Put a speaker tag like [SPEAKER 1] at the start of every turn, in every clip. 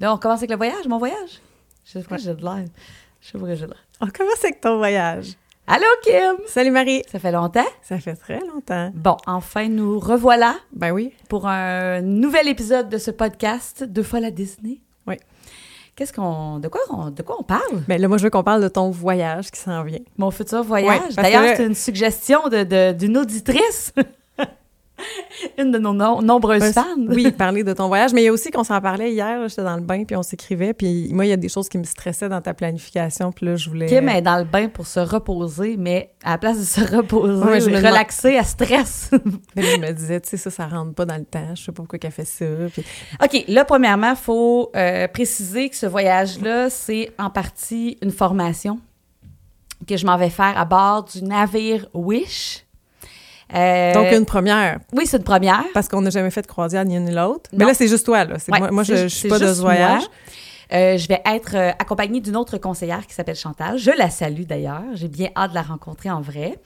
[SPEAKER 1] Là, on commence avec le voyage, mon voyage. Je sais pas pourquoi j'ai de l'air. Je sais pas pourquoi j'ai de l'air.
[SPEAKER 2] On commence avec ton voyage.
[SPEAKER 1] Allô, Kim!
[SPEAKER 2] Salut Marie.
[SPEAKER 1] Ça fait longtemps.
[SPEAKER 2] Ça fait très longtemps.
[SPEAKER 1] Bon, enfin, nous revoilà
[SPEAKER 2] Ben oui.
[SPEAKER 1] pour un nouvel épisode de ce podcast, Deux fois la Disney.
[SPEAKER 2] Oui.
[SPEAKER 1] Qu'est-ce qu'on... De quoi on, de quoi on parle?
[SPEAKER 2] Ben là, moi, je veux qu'on parle de ton voyage qui s'en vient.
[SPEAKER 1] Mon futur voyage.
[SPEAKER 2] Oui, parce
[SPEAKER 1] D'ailleurs,
[SPEAKER 2] que là-
[SPEAKER 1] c'est une suggestion de- de- d'une auditrice. une de nos no- nombreuses
[SPEAKER 2] Parce-
[SPEAKER 1] fans.
[SPEAKER 2] Oui, parler de ton voyage, mais il y a aussi qu'on s'en parlait hier, là, j'étais dans le bain, puis on s'écrivait, puis moi, il y a des choses qui me stressaient dans ta planification, puis là, je voulais...
[SPEAKER 1] Kim est dans le bain pour se reposer, mais à la place de se reposer,
[SPEAKER 2] Ouais, je me
[SPEAKER 1] relaxer, elle stresse.
[SPEAKER 2] Mais je me disais, tu sais, ça, ça rentre pas dans le temps, je sais pas pourquoi qu'elle fait ça, puis...
[SPEAKER 1] OK, là, premièrement, il faut euh, préciser que ce voyage-là, c'est en partie une formation que je m'en vais faire à bord du navire Wish. Euh,
[SPEAKER 2] Donc, une première,
[SPEAKER 1] Oui, c'est une première.
[SPEAKER 2] parce qu'on n'a jamais fait de croisière ni une ni l'autre. Mais
[SPEAKER 1] Non.
[SPEAKER 2] là, c'est juste toi, là. C'est
[SPEAKER 1] Ouais,
[SPEAKER 2] moi, moi, je,
[SPEAKER 1] c'est
[SPEAKER 2] je
[SPEAKER 1] ju-
[SPEAKER 2] suis
[SPEAKER 1] c'est
[SPEAKER 2] pas de
[SPEAKER 1] juste
[SPEAKER 2] ce voyage.
[SPEAKER 1] moi. Euh, je vais être euh, accompagnée d'une autre conseillère qui s'appelle Chantal. Je la salue d'ailleurs. J'ai bien hâte de la rencontrer en vrai.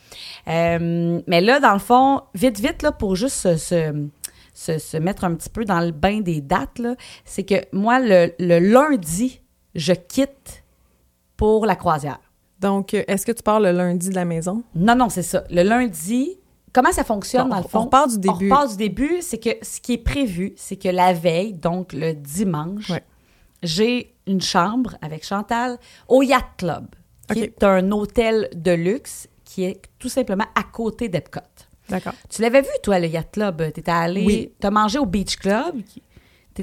[SPEAKER 1] Euh, mais là, dans le fond, vite, vite, là, pour juste se, se- se- se mettre un petit peu dans le bain des dates, là, c'est que moi, le, le lundi, je quitte pour la croisière.
[SPEAKER 2] Donc, euh, est-ce que tu pars le lundi de la maison?
[SPEAKER 1] Non, non, c'est ça. Le lundi, comment ça fonctionne
[SPEAKER 2] Bon,
[SPEAKER 1] dans le
[SPEAKER 2] on-
[SPEAKER 1] fond?
[SPEAKER 2] on repart du
[SPEAKER 1] On
[SPEAKER 2] début.
[SPEAKER 1] repart du début, c'est que ce qui est prévu, c'est que la veille, donc le dimanche,
[SPEAKER 2] Ouais.
[SPEAKER 1] j'ai une chambre avec Chantal au Yacht Club, qui
[SPEAKER 2] Ok.
[SPEAKER 1] est un hôtel de luxe qui est tout simplement à côté d'Epcot.
[SPEAKER 2] D'accord.
[SPEAKER 1] Tu l'avais vu, toi, le Yacht Club? T'étais allé,
[SPEAKER 2] Oui.
[SPEAKER 1] t'as mangé au Beach Club?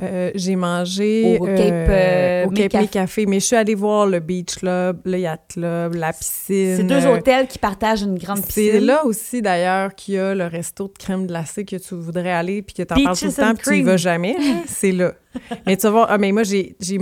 [SPEAKER 2] Euh, j'ai mangé
[SPEAKER 1] Au Cape, euh,
[SPEAKER 2] au Cape
[SPEAKER 1] May
[SPEAKER 2] May Café, mais je suis allée voir le Beach Club, le Yacht Club, la piscine.
[SPEAKER 1] C'est deux
[SPEAKER 2] euh,
[SPEAKER 1] hôtels qui partagent une grande piscine.
[SPEAKER 2] C'est là aussi, d'ailleurs, qu'il y a le resto de crème glacée que tu voudrais aller puis que t'en parles tout le
[SPEAKER 1] Peaches and
[SPEAKER 2] temps puis tu y
[SPEAKER 1] cream.
[SPEAKER 2] vas jamais. là. C'est là. mais tu vas voir, ah, mais moi, j'ai, j'ai,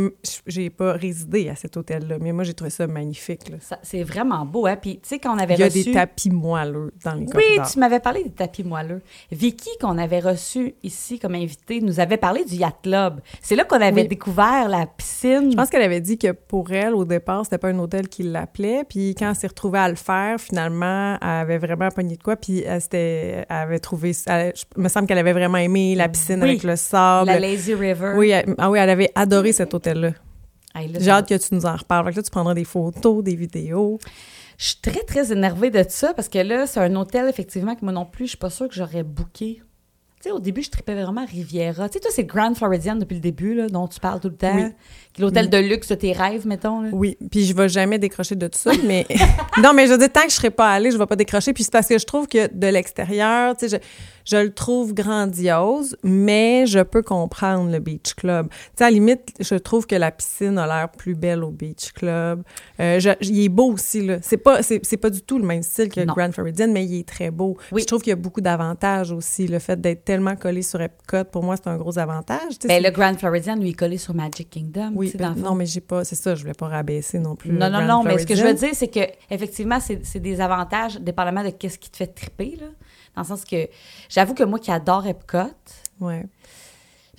[SPEAKER 2] j'ai pas résidé à cet hôtel-là, mais moi, j'ai trouvé ça magnifique. là.
[SPEAKER 1] Ça- C'est vraiment beau, hein? Puis, tu sais, quand on avait
[SPEAKER 2] Il y a
[SPEAKER 1] reçu...
[SPEAKER 2] des tapis moelleux dans les
[SPEAKER 1] Oui,
[SPEAKER 2] corridors.
[SPEAKER 1] tu m'avais parlé des tapis moelleux. Vicky, qu'on avait reçue ici comme invitée, nous avait parlé du Yacht Club. C'est là qu'on avait
[SPEAKER 2] Oui.
[SPEAKER 1] découvert la piscine.
[SPEAKER 2] Je pense qu'elle avait dit que pour elle, au départ, c'était pas un hôtel qui l'appelait. Puis quand elle s'est retrouvée à le faire, finalement, elle avait vraiment pogné de quoi. Puis elle, s'était- elle avait trouvé. elle- je- il me semble qu'elle avait vraiment aimé la piscine
[SPEAKER 1] Oui.
[SPEAKER 2] avec le sable.
[SPEAKER 1] la Lazy River.
[SPEAKER 2] Oui, elle, ah oui, elle avait adoré cet hôtel-là.
[SPEAKER 1] Hey, là,
[SPEAKER 2] J'ai hâte que tu nous en reparles. Fait que là, tu prendras des photos, des vidéos.
[SPEAKER 1] Je suis très, très énervée de ça parce que là, c'est un hôtel, effectivement, que moi non plus, je suis pas sûre que j'aurais booké. Tu sais, au début, je tripais vraiment Riviera. Tu sais, toi, c'est Grand Floridian depuis le début, là, dont tu parles tout le temps.
[SPEAKER 2] Oui. Mm.
[SPEAKER 1] Qui est l'hôtel de luxe de tes rêves, mettons. là.
[SPEAKER 2] Oui, puis je vais jamais décrocher de tout ça, mais non, mais je veux dire, tant que je serai pas allée, je vais pas décrocher. Puis c'est parce que je trouve que de l'extérieur, tu sais, je, je le trouve grandiose, mais je peux comprendre le beach club. Tu sais, à la limite, je trouve que la piscine a l'air plus belle au beach club. Euh, je- il est beau aussi là. C'est pas, c'est, c'est pas du tout le même style que le
[SPEAKER 1] Non.
[SPEAKER 2] Grand Floridian, mais il est très beau.
[SPEAKER 1] Oui.
[SPEAKER 2] Je trouve qu'il y a beaucoup d'avantages aussi. Le fait d'être tellement collé sur Epcot, pour moi, c'est un gros avantage. Tu sais,
[SPEAKER 1] Ben,
[SPEAKER 2] c'est-
[SPEAKER 1] le Grand Floridian, lui, est collé sur Magic Kingdom. tu
[SPEAKER 2] oui,
[SPEAKER 1] sais,
[SPEAKER 2] ben,
[SPEAKER 1] dans le fond.
[SPEAKER 2] non, mais j'ai pas, c'est ça, je voulais pas rabaisser non plus.
[SPEAKER 1] Non,
[SPEAKER 2] le
[SPEAKER 1] non,
[SPEAKER 2] Grand
[SPEAKER 1] non, mais ce que je
[SPEAKER 2] Floridian.
[SPEAKER 1] veux dire, c'est que effectivement, c'est c'est des avantages, dépendamment de qu'est-ce qui te fait triper, là. Dans le sens que, j'avoue que moi qui adore Epcot,
[SPEAKER 2] Ouais.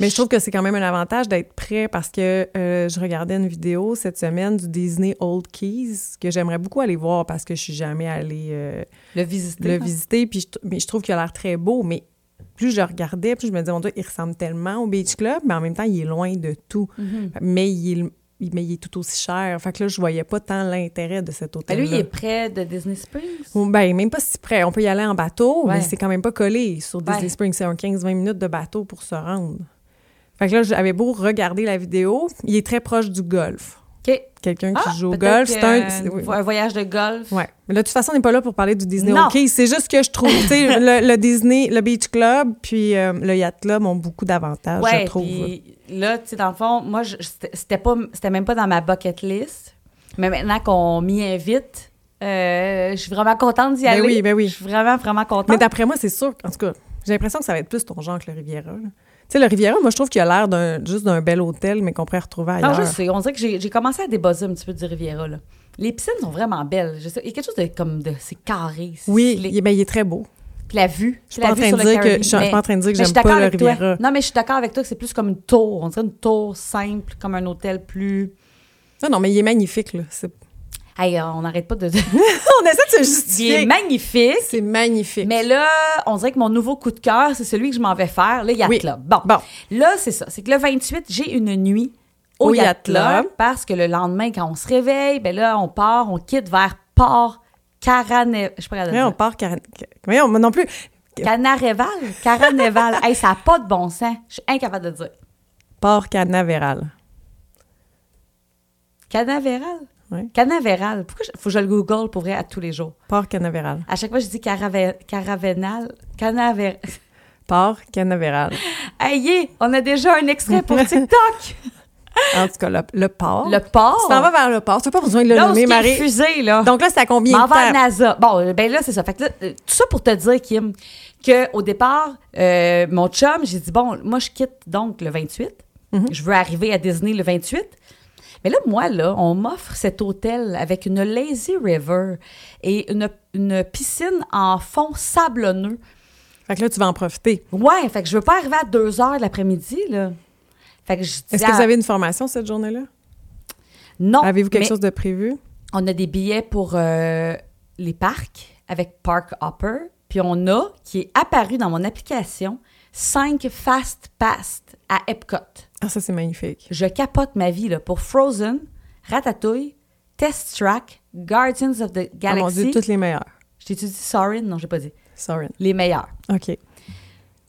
[SPEAKER 2] Mais je trouve que c'est quand même un avantage d'être prêt parce que euh, je regardais une vidéo cette semaine du Disney Old Keys que j'aimerais beaucoup aller voir parce que je suis jamais allée euh,
[SPEAKER 1] le visiter.
[SPEAKER 2] le
[SPEAKER 1] hein.
[SPEAKER 2] visiter. Puis je, tr- mais je trouve qu'il a l'air très beau, mais plus je le regardais, plus je me disais, mon Dieu, il ressemble tellement au Beach Club, mais en même temps, il est loin de tout.
[SPEAKER 1] Mhm.
[SPEAKER 2] Mais il est, le- il- mais il est tout aussi cher. Fait que là, je voyais pas tant l'intérêt de cet
[SPEAKER 1] Ben,
[SPEAKER 2] hôtel-là.
[SPEAKER 1] lui, il est près de Disney Springs.
[SPEAKER 2] Ou Ben, même pas si près. On peut y aller en bateau,
[SPEAKER 1] Ouais.
[SPEAKER 2] mais c'est quand même pas collé sur Disney
[SPEAKER 1] Ouais.
[SPEAKER 2] Springs. C'est un 15-20 minutes de bateau pour se rendre. Fait que là, j'avais beau regarder la vidéo, il est très proche du golf.
[SPEAKER 1] OK.
[SPEAKER 2] Quelqu'un
[SPEAKER 1] Ah,
[SPEAKER 2] qui joue au
[SPEAKER 1] peut-être
[SPEAKER 2] golf,
[SPEAKER 1] que,
[SPEAKER 2] c'est un...
[SPEAKER 1] euh,
[SPEAKER 2] c'est- oui.
[SPEAKER 1] Un voyage de golf.
[SPEAKER 2] Ouais. Mais là, de toute façon, on n'est pas là pour parler du Disney
[SPEAKER 1] Non.
[SPEAKER 2] OK. C'est juste que je trouve, tu sais, le, le Disney, le Beach Club, puis euh, le Yacht Club ont beaucoup d'avantages,
[SPEAKER 1] Ouais,
[SPEAKER 2] je trouve.
[SPEAKER 1] puis là, tu sais, dans le fond, moi, je- c'était c'était pas, c'était même pas dans ma bucket list. Mais maintenant qu'on m'y invite, euh, je suis vraiment contente d'y
[SPEAKER 2] Ben
[SPEAKER 1] aller.
[SPEAKER 2] oui, ben oui.
[SPEAKER 1] Je suis vraiment, vraiment
[SPEAKER 2] Mais
[SPEAKER 1] contente.
[SPEAKER 2] d'après moi, c'est sûr. En tout cas, j'ai l'impression que ça va être plus ton genre que le Riviera. là. Tu sais, le Riviera, moi, je trouve qu'il a l'air d'un- juste d'un bel hôtel, mais qu'on pourrait retrouver ailleurs.
[SPEAKER 1] Non, Ah, je sais. On dirait que j'ai j'ai commencé à débosser un petit peu du Riviera. Là. Les piscines sont vraiment belles. Je sais, il y a quelque chose de comme de. C'est carré. c'est
[SPEAKER 2] Oui,
[SPEAKER 1] slick.
[SPEAKER 2] il est, ben, il est très beau.
[SPEAKER 1] Puis la vue.
[SPEAKER 2] Je suis pas en train de dire que- je suis pas en train de dire que j'aime pas le Riviera.
[SPEAKER 1] Non, mais je suis d'accord avec toi que c'est plus comme une tour. On dirait une tour simple, comme un hôtel plus.
[SPEAKER 2] Non, non, mais il est magnifique, là. C'est-
[SPEAKER 1] Hey, euh, on n'arrête pas de.
[SPEAKER 2] On essaie de se
[SPEAKER 1] il est
[SPEAKER 2] justifier.
[SPEAKER 1] magnifique.
[SPEAKER 2] C'est magnifique.
[SPEAKER 1] Mais là, on dirait que mon nouveau coup de cœur, c'est celui que je m'en vais faire, le Yacht
[SPEAKER 2] Oui.
[SPEAKER 1] Club. Bon.
[SPEAKER 2] Bon.
[SPEAKER 1] Là, c'est ça. C'est que le 28, j'ai une nuit au
[SPEAKER 2] Au
[SPEAKER 1] yacht
[SPEAKER 2] yacht
[SPEAKER 1] club
[SPEAKER 2] club.
[SPEAKER 1] parce que le lendemain, quand on se réveille, ben là, on part, on quitte vers Port Caraneval. Je suis pas capable de le
[SPEAKER 2] Voyons, on
[SPEAKER 1] dire.
[SPEAKER 2] part Karen- Voyons, moi non plus.
[SPEAKER 1] Canareval? Caraneval. hey, ça n'a pas de bon sens. Je suis incapable de le dire.
[SPEAKER 2] Port Canaveral.
[SPEAKER 1] Canaveral?
[SPEAKER 2] Ouais.
[SPEAKER 1] Canaveral. Pourquoi je- faut que je le google pour vrai à tous les jours?
[SPEAKER 2] Port Canaveral.
[SPEAKER 1] À chaque fois, je dis carave- caravenal. Canaveral.
[SPEAKER 2] Port Canaveral.
[SPEAKER 1] Hey, yeah, on a déjà un extrait pour TikTok.
[SPEAKER 2] En tout cas, le, le port.
[SPEAKER 1] le port.
[SPEAKER 2] Tu t'en vas vers le port. Tu n'as pas besoin de le
[SPEAKER 1] là, où
[SPEAKER 2] nommer,
[SPEAKER 1] est
[SPEAKER 2] Marie.
[SPEAKER 1] refusé, là.
[SPEAKER 2] Donc là, c'est à combien
[SPEAKER 1] M'en
[SPEAKER 2] de temps?
[SPEAKER 1] va à NASA. Bon, euh, ben là, c'est ça. Fait que là, euh, tout ça pour te dire, Kim, qu'au départ, euh, mon chum, j'ai dit, bon, moi, je quitte donc le 28.
[SPEAKER 2] Mhm.
[SPEAKER 1] Je veux arriver à Disney le 28. Mais là, moi, là, on m'offre cet hôtel avec une lazy river et une, une piscine en fond sablonneux.
[SPEAKER 2] Fait que là, tu vas en profiter.
[SPEAKER 1] Ouais, fait que je veux pas arriver à 2 heures de l'après-midi, là. Fait que je dis
[SPEAKER 2] Est-ce que
[SPEAKER 1] à-
[SPEAKER 2] vous avez une formation cette journée-là?
[SPEAKER 1] Non,
[SPEAKER 2] Avez-vous quelque
[SPEAKER 1] mais
[SPEAKER 2] chose de prévu?
[SPEAKER 1] on a des billets pour euh, les parcs avec Park Hopper. Puis on a, qui est apparu dans mon application, 5 Fast Pass à Epcot.
[SPEAKER 2] Ah, ça, c'est magnifique.
[SPEAKER 1] Je capote ma vie là, pour Frozen, Ratatouille, Test Track, Guardians of the
[SPEAKER 2] Ah, mon
[SPEAKER 1] Galaxy.
[SPEAKER 2] Dieu, toutes les meilleures.
[SPEAKER 1] Je t'ai-tu dit Sorin? Non, j'ai pas dit.
[SPEAKER 2] Sorry.
[SPEAKER 1] Les meilleurs.
[SPEAKER 2] OK.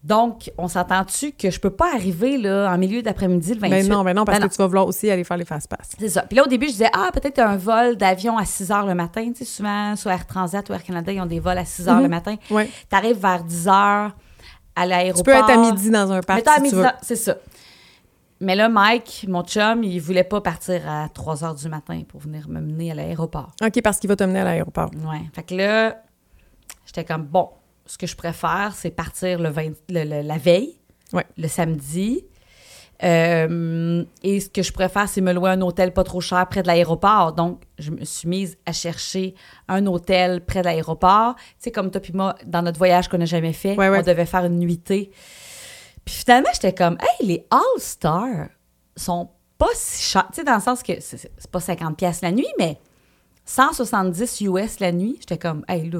[SPEAKER 1] Donc, on s'entend-tu que je peux pas arriver là, en milieu d'après-midi le 28?
[SPEAKER 2] Ben non, ben non, parce
[SPEAKER 1] Ben
[SPEAKER 2] que tu vas vouloir aussi aller faire les fast-pass.
[SPEAKER 1] C'est ça. Puis là, au début, je disais, ah, peut-être un vol d'avion à 6 h le matin. Tu sais, souvent, soit Air Transat ou Air Canada, ils ont des vols à 6 h le
[SPEAKER 2] Mhm.
[SPEAKER 1] matin.
[SPEAKER 2] Ouais.
[SPEAKER 1] Tu arrives vers 10 h à l'aéroport.
[SPEAKER 2] Tu peux être à midi dans un parc
[SPEAKER 1] Mettons à
[SPEAKER 2] si
[SPEAKER 1] midi,
[SPEAKER 2] tu veux.
[SPEAKER 1] dans- c'est ça. Mais là, Mike, mon chum, il voulait pas partir à 3 h du matin pour venir me mener à l'aéroport.
[SPEAKER 2] OK, parce qu'il va te mener à l'aéroport.
[SPEAKER 1] Ouais. Fait que là, j'étais comme, bon, ce que je préfère, c'est partir le 20 le- le- la veille,
[SPEAKER 2] Ouais.
[SPEAKER 1] le samedi. Euh, et ce que je préfère, c'est me louer un hôtel pas trop cher près de l'aéroport. Donc, je me suis mise à chercher un hôtel près de l'aéroport. Tu sais, comme toi puis moi, dans notre voyage qu'on n'a jamais fait,
[SPEAKER 2] Ouais, ouais.
[SPEAKER 1] on devait faire une nuitée. Puis finalement, j'étais comme, hey, les All-Stars sont pas si chers. Tu sais, dans le sens que c'est c'est pas 50$ piastres la nuit, mais 170 US la nuit. J'étais comme, hey, là,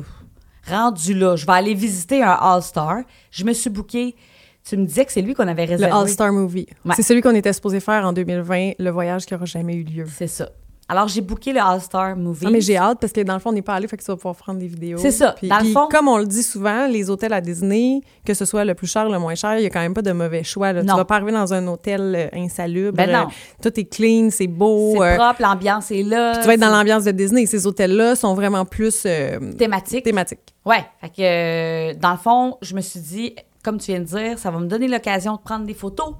[SPEAKER 1] rendu là, je vais aller visiter un All-Star. Je me suis booké. Tu me disais que c'est lui qu'on avait
[SPEAKER 2] Le
[SPEAKER 1] réservé.
[SPEAKER 2] All-Star Movie.
[SPEAKER 1] Ben Ouais.
[SPEAKER 2] C'est celui qu'on était supposé faire en 2020, le voyage qui n'aura jamais eu lieu.
[SPEAKER 1] C'est ça. Alors, j'ai booké le All-Star Movie.
[SPEAKER 2] Ah, mais j'ai hâte parce que dans le fond, on n'est pas allé, fait que tu vas pouvoir prendre des vidéos.
[SPEAKER 1] C'est ça.
[SPEAKER 2] Puis,
[SPEAKER 1] Dans le
[SPEAKER 2] puis
[SPEAKER 1] fond-
[SPEAKER 2] comme on le dit souvent, les hôtels à Disney, que ce soit le plus cher, le moins cher, il n'y a quand même pas de mauvais choix. Là. Tu
[SPEAKER 1] Non.
[SPEAKER 2] vas pas arriver dans un hôtel euh, insalubre.
[SPEAKER 1] Ben non.
[SPEAKER 2] Euh, Tout est clean, c'est beau.
[SPEAKER 1] C'est
[SPEAKER 2] euh,
[SPEAKER 1] propre, l'ambiance est là.
[SPEAKER 2] tu vas être dans
[SPEAKER 1] c'est
[SPEAKER 2] l'ambiance de Disney. Ces hôtels-là sont vraiment plus euh,
[SPEAKER 1] thématique.
[SPEAKER 2] thématiques.
[SPEAKER 1] Ouais. Fait que, euh, dans le fond, je me suis dit, comme tu viens de dire, ça va me donner l'occasion de prendre des photos,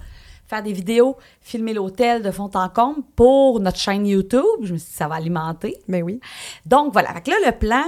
[SPEAKER 1] faire des vidéos, filmer l'hôtel de fond en comble pour notre chaîne YouTube. Je me suis dit, ça va alimenter.
[SPEAKER 2] Ben oui.
[SPEAKER 1] Donc, voilà. Fait que là, le plan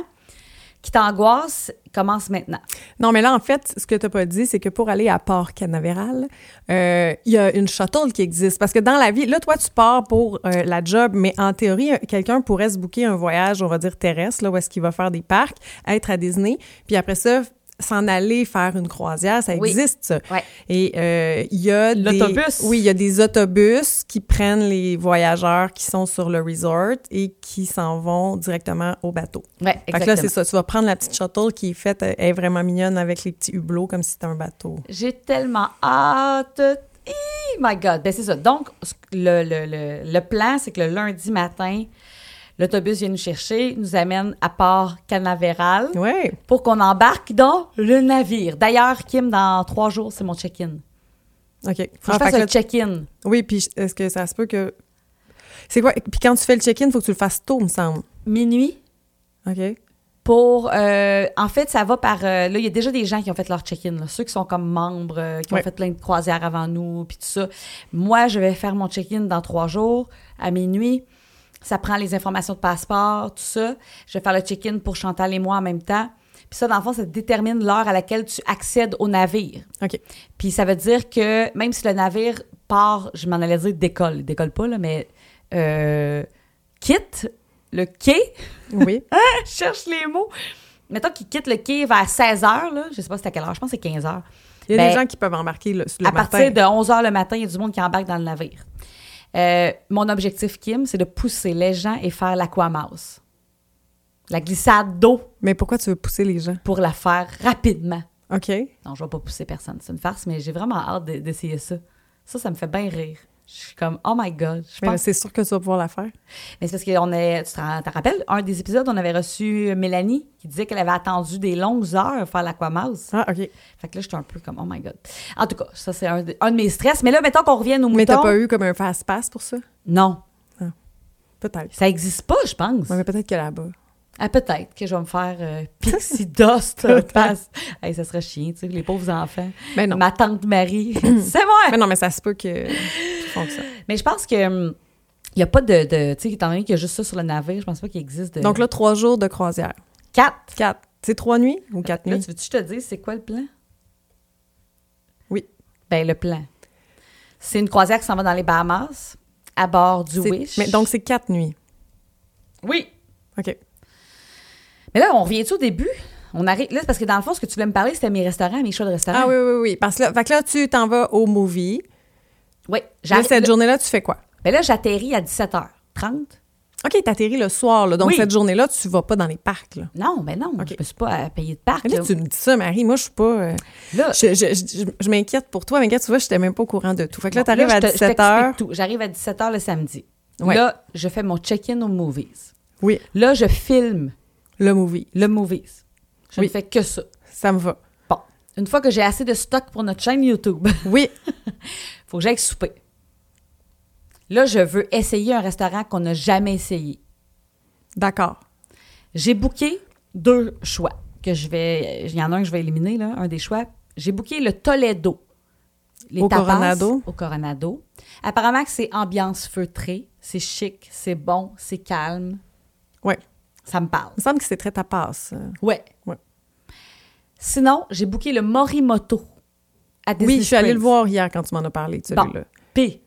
[SPEAKER 1] qui t'angoisse commence maintenant.
[SPEAKER 2] Non, mais là, en fait, ce que tu pas dit, c'est que pour aller à Port Canaveral, euh, il y a une shuttle qui existe. Parce que dans la vie, là, toi, tu pars pour euh, la job, mais en théorie, euh, quelqu'un pourrait se booker un voyage, on va dire terrestre, là, où est-ce qu'il va faire des parcs, être à Disney, puis après ça, s'en aller faire une croisière, ça
[SPEAKER 1] Oui.
[SPEAKER 2] existe, ça.
[SPEAKER 1] Ouais.
[SPEAKER 2] Et euh, il y a des-
[SPEAKER 1] L'autobus.
[SPEAKER 2] Oui, il y a des autobus qui prennent les voyageurs qui sont sur le resort et qui s'en vont directement au bateau.
[SPEAKER 1] Ouais,
[SPEAKER 2] Fait que là, c'est
[SPEAKER 1] exactement.
[SPEAKER 2] ça. Tu vas prendre la petite shuttle qui est faite, euh, elle est vraiment mignonne avec les petits hublots comme si c'était un bateau.
[SPEAKER 1] J'ai tellement hâte. Oh my God. Ben, c'est ça. Donc, ce- le, le- le- le plan, c'est que le lundi matin, l'autobus vient nous chercher, nous amène à Port Canaveral
[SPEAKER 2] Ouais.
[SPEAKER 1] pour qu'on embarque dans le navire. D'ailleurs, Kim, dans trois jours, c'est mon check-in.
[SPEAKER 2] OK.
[SPEAKER 1] Faut que
[SPEAKER 2] Ah,
[SPEAKER 1] je fasse
[SPEAKER 2] fait que
[SPEAKER 1] le
[SPEAKER 2] là,
[SPEAKER 1] check-in.
[SPEAKER 2] oui, puis est-ce que ça se peut que. C'est quoi? Puis quand tu fais le check-in, faut que tu le fasses tôt, me semble.
[SPEAKER 1] Minuit
[SPEAKER 2] OK.
[SPEAKER 1] pour... euh, en fait, ça va par... euh, là, il y a déjà des gens qui ont fait leur check-in. là. Ceux qui sont comme membres, euh, qui ont
[SPEAKER 2] Ouais.
[SPEAKER 1] fait plein de croisières avant nous, puis tout ça. Moi, je vais faire mon check-in dans trois jours, à minuit. Ça prend les informations de passeport, tout ça. Je vais faire le check-in pour Chantal et moi en même temps. Puis ça, dans le fond, ça détermine l'heure à laquelle tu accèdes au navire.
[SPEAKER 2] OK.
[SPEAKER 1] Puis ça veut dire que même si le navire part, je m'en allais dire décolle, il décolle pas, là, mais euh, quitte le quai,
[SPEAKER 2] Oui.
[SPEAKER 1] je cherche les mots. Mettons qu'il quitte le quai vers 16 h, là, je sais pas c'est à quelle heure, je pense que c'est 15 h.
[SPEAKER 2] Il y a
[SPEAKER 1] Ben,
[SPEAKER 2] des gens qui peuvent embarquer le, le
[SPEAKER 1] À
[SPEAKER 2] matin.
[SPEAKER 1] partir de 11 h le matin, il y a du monde qui embarque dans le navire. Euh, mon objectif, Kim, c'est de pousser les gens et faire l'aquamause. La glissade d'eau
[SPEAKER 2] Mais pourquoi tu veux pousser les gens?
[SPEAKER 1] pour la faire rapidement.
[SPEAKER 2] OK.
[SPEAKER 1] Non, je vais pas pousser personne. C'est une farce, mais j'ai vraiment hâte de- d'essayer ça. Ça, ça me fait bien rire. Je suis comme, oh my God. Je
[SPEAKER 2] Mais là,
[SPEAKER 1] pense-
[SPEAKER 2] c'est sûr que tu vas pouvoir la faire.
[SPEAKER 1] Mais c'est parce qu'on est. Tu te ra- t'en rappelles, un des épisodes, on avait reçu euh, Mélanie qui disait qu'elle avait attendu des longues heures faire l'aquamause.
[SPEAKER 2] Ah, OK.
[SPEAKER 1] Fait que là, j'étais un peu comme, oh my God. En tout cas, ça, c'est un, de- un de mes stress. Mais là, mettons qu'on revienne au moutons.
[SPEAKER 2] Mais t'as pas eu comme un fast-pass pour ça?
[SPEAKER 1] Non.
[SPEAKER 2] Peut-être.
[SPEAKER 1] Ça existe pas, je pense.
[SPEAKER 2] Ouais, mais peut-être que là-bas.
[SPEAKER 1] Ah, peut-être que je vais me faire euh, Pixie Dust euh, passe. Hey, ça serait chiant, tu sais, les pauvres enfants.
[SPEAKER 2] Mais non.
[SPEAKER 1] Ma tante Marie, c'est moi!
[SPEAKER 2] Mais non, mais ça se peut que qu'ils font ça.
[SPEAKER 1] Mais je pense que hum, il n'y a pas de. de tu sais, étant donné qu'il y a juste ça sur le navire, je pense pas qu'il existe de.
[SPEAKER 2] Donc là, trois jours de croisière.
[SPEAKER 1] quatre.
[SPEAKER 2] Quatre. C'est trois nuits ou quatre
[SPEAKER 1] Là,
[SPEAKER 2] nuits?
[SPEAKER 1] tu veux-tu que je te dise c'est quoi le plan?
[SPEAKER 2] Oui.
[SPEAKER 1] Ben, le plan. C'est une croisière qui s'en va dans les Bahamas, à bord du
[SPEAKER 2] C'est-
[SPEAKER 1] Wish.
[SPEAKER 2] Mais donc, c'est quatre nuits.
[SPEAKER 1] Oui!
[SPEAKER 2] OK.
[SPEAKER 1] Mais là, on revient-tu au début? On arrive. Là, c'est parce que dans le fond, ce que tu voulais me parler, c'était mes restaurants, mes choix de restaurants.
[SPEAKER 2] Ah oui, oui, oui. Parce que là, fait que là tu t'en vas au movie.
[SPEAKER 1] Oui.
[SPEAKER 2] Là,
[SPEAKER 1] J'arrive.
[SPEAKER 2] cette journée-là, tu fais quoi?
[SPEAKER 1] Mais là, j'atterris à 17h30.
[SPEAKER 2] OK, t'atterris le soir. Là, donc,
[SPEAKER 1] Oui.
[SPEAKER 2] cette journée-là, tu vas pas dans les parcs. Là.
[SPEAKER 1] Non, mais non,
[SPEAKER 2] Ok.
[SPEAKER 1] je me suis pas à payer de parc.
[SPEAKER 2] Là,
[SPEAKER 1] là.
[SPEAKER 2] tu me dis ça, Marie. Moi, je suis pas. euh,
[SPEAKER 1] Là,
[SPEAKER 2] je je, je- je- je m'inquiète pour toi. M'inquiète, tu vois, je n'étais même pas au courant de tout. Fait que là, tu arrives
[SPEAKER 1] bon,
[SPEAKER 2] à
[SPEAKER 1] je te- je
[SPEAKER 2] 17
[SPEAKER 1] t'explique
[SPEAKER 2] h.
[SPEAKER 1] tout. J'arrive à 17h le samedi.
[SPEAKER 2] Ouais.
[SPEAKER 1] Là, je fais mon check-in aux movies.
[SPEAKER 2] Oui,
[SPEAKER 1] Là, je filme
[SPEAKER 2] le movie.
[SPEAKER 1] le movies. Je
[SPEAKER 2] Oui.
[SPEAKER 1] ne fais que ça.
[SPEAKER 2] Ça me va.
[SPEAKER 1] Bon, une fois que j'ai assez de stock pour notre chaîne YouTube,
[SPEAKER 2] Oui.
[SPEAKER 1] faut que j'aille souper. Là, je veux essayer un restaurant qu'on n'a jamais essayé.
[SPEAKER 2] D'accord.
[SPEAKER 1] J'ai booké deux choix que je vais. Il y en a un que je vais éliminer, là, un des choix. J'ai booké le Toledo. Les
[SPEAKER 2] Au
[SPEAKER 1] tapas
[SPEAKER 2] Coronado?
[SPEAKER 1] Au Coronado. Apparemment que c'est ambiance feutrée. C'est chic, c'est bon, c'est calme.
[SPEAKER 2] Ouais.
[SPEAKER 1] Ça me parle.
[SPEAKER 2] Il me semble que c'est très tapas. euh.
[SPEAKER 1] Ouais.
[SPEAKER 2] Ouais.
[SPEAKER 1] Sinon, j'ai booké le Morimoto à Disney
[SPEAKER 2] Oui, je suis allée le
[SPEAKER 1] Springs.
[SPEAKER 2] voir hier quand tu m'en as parlé, de celui-là.
[SPEAKER 1] Bon. P.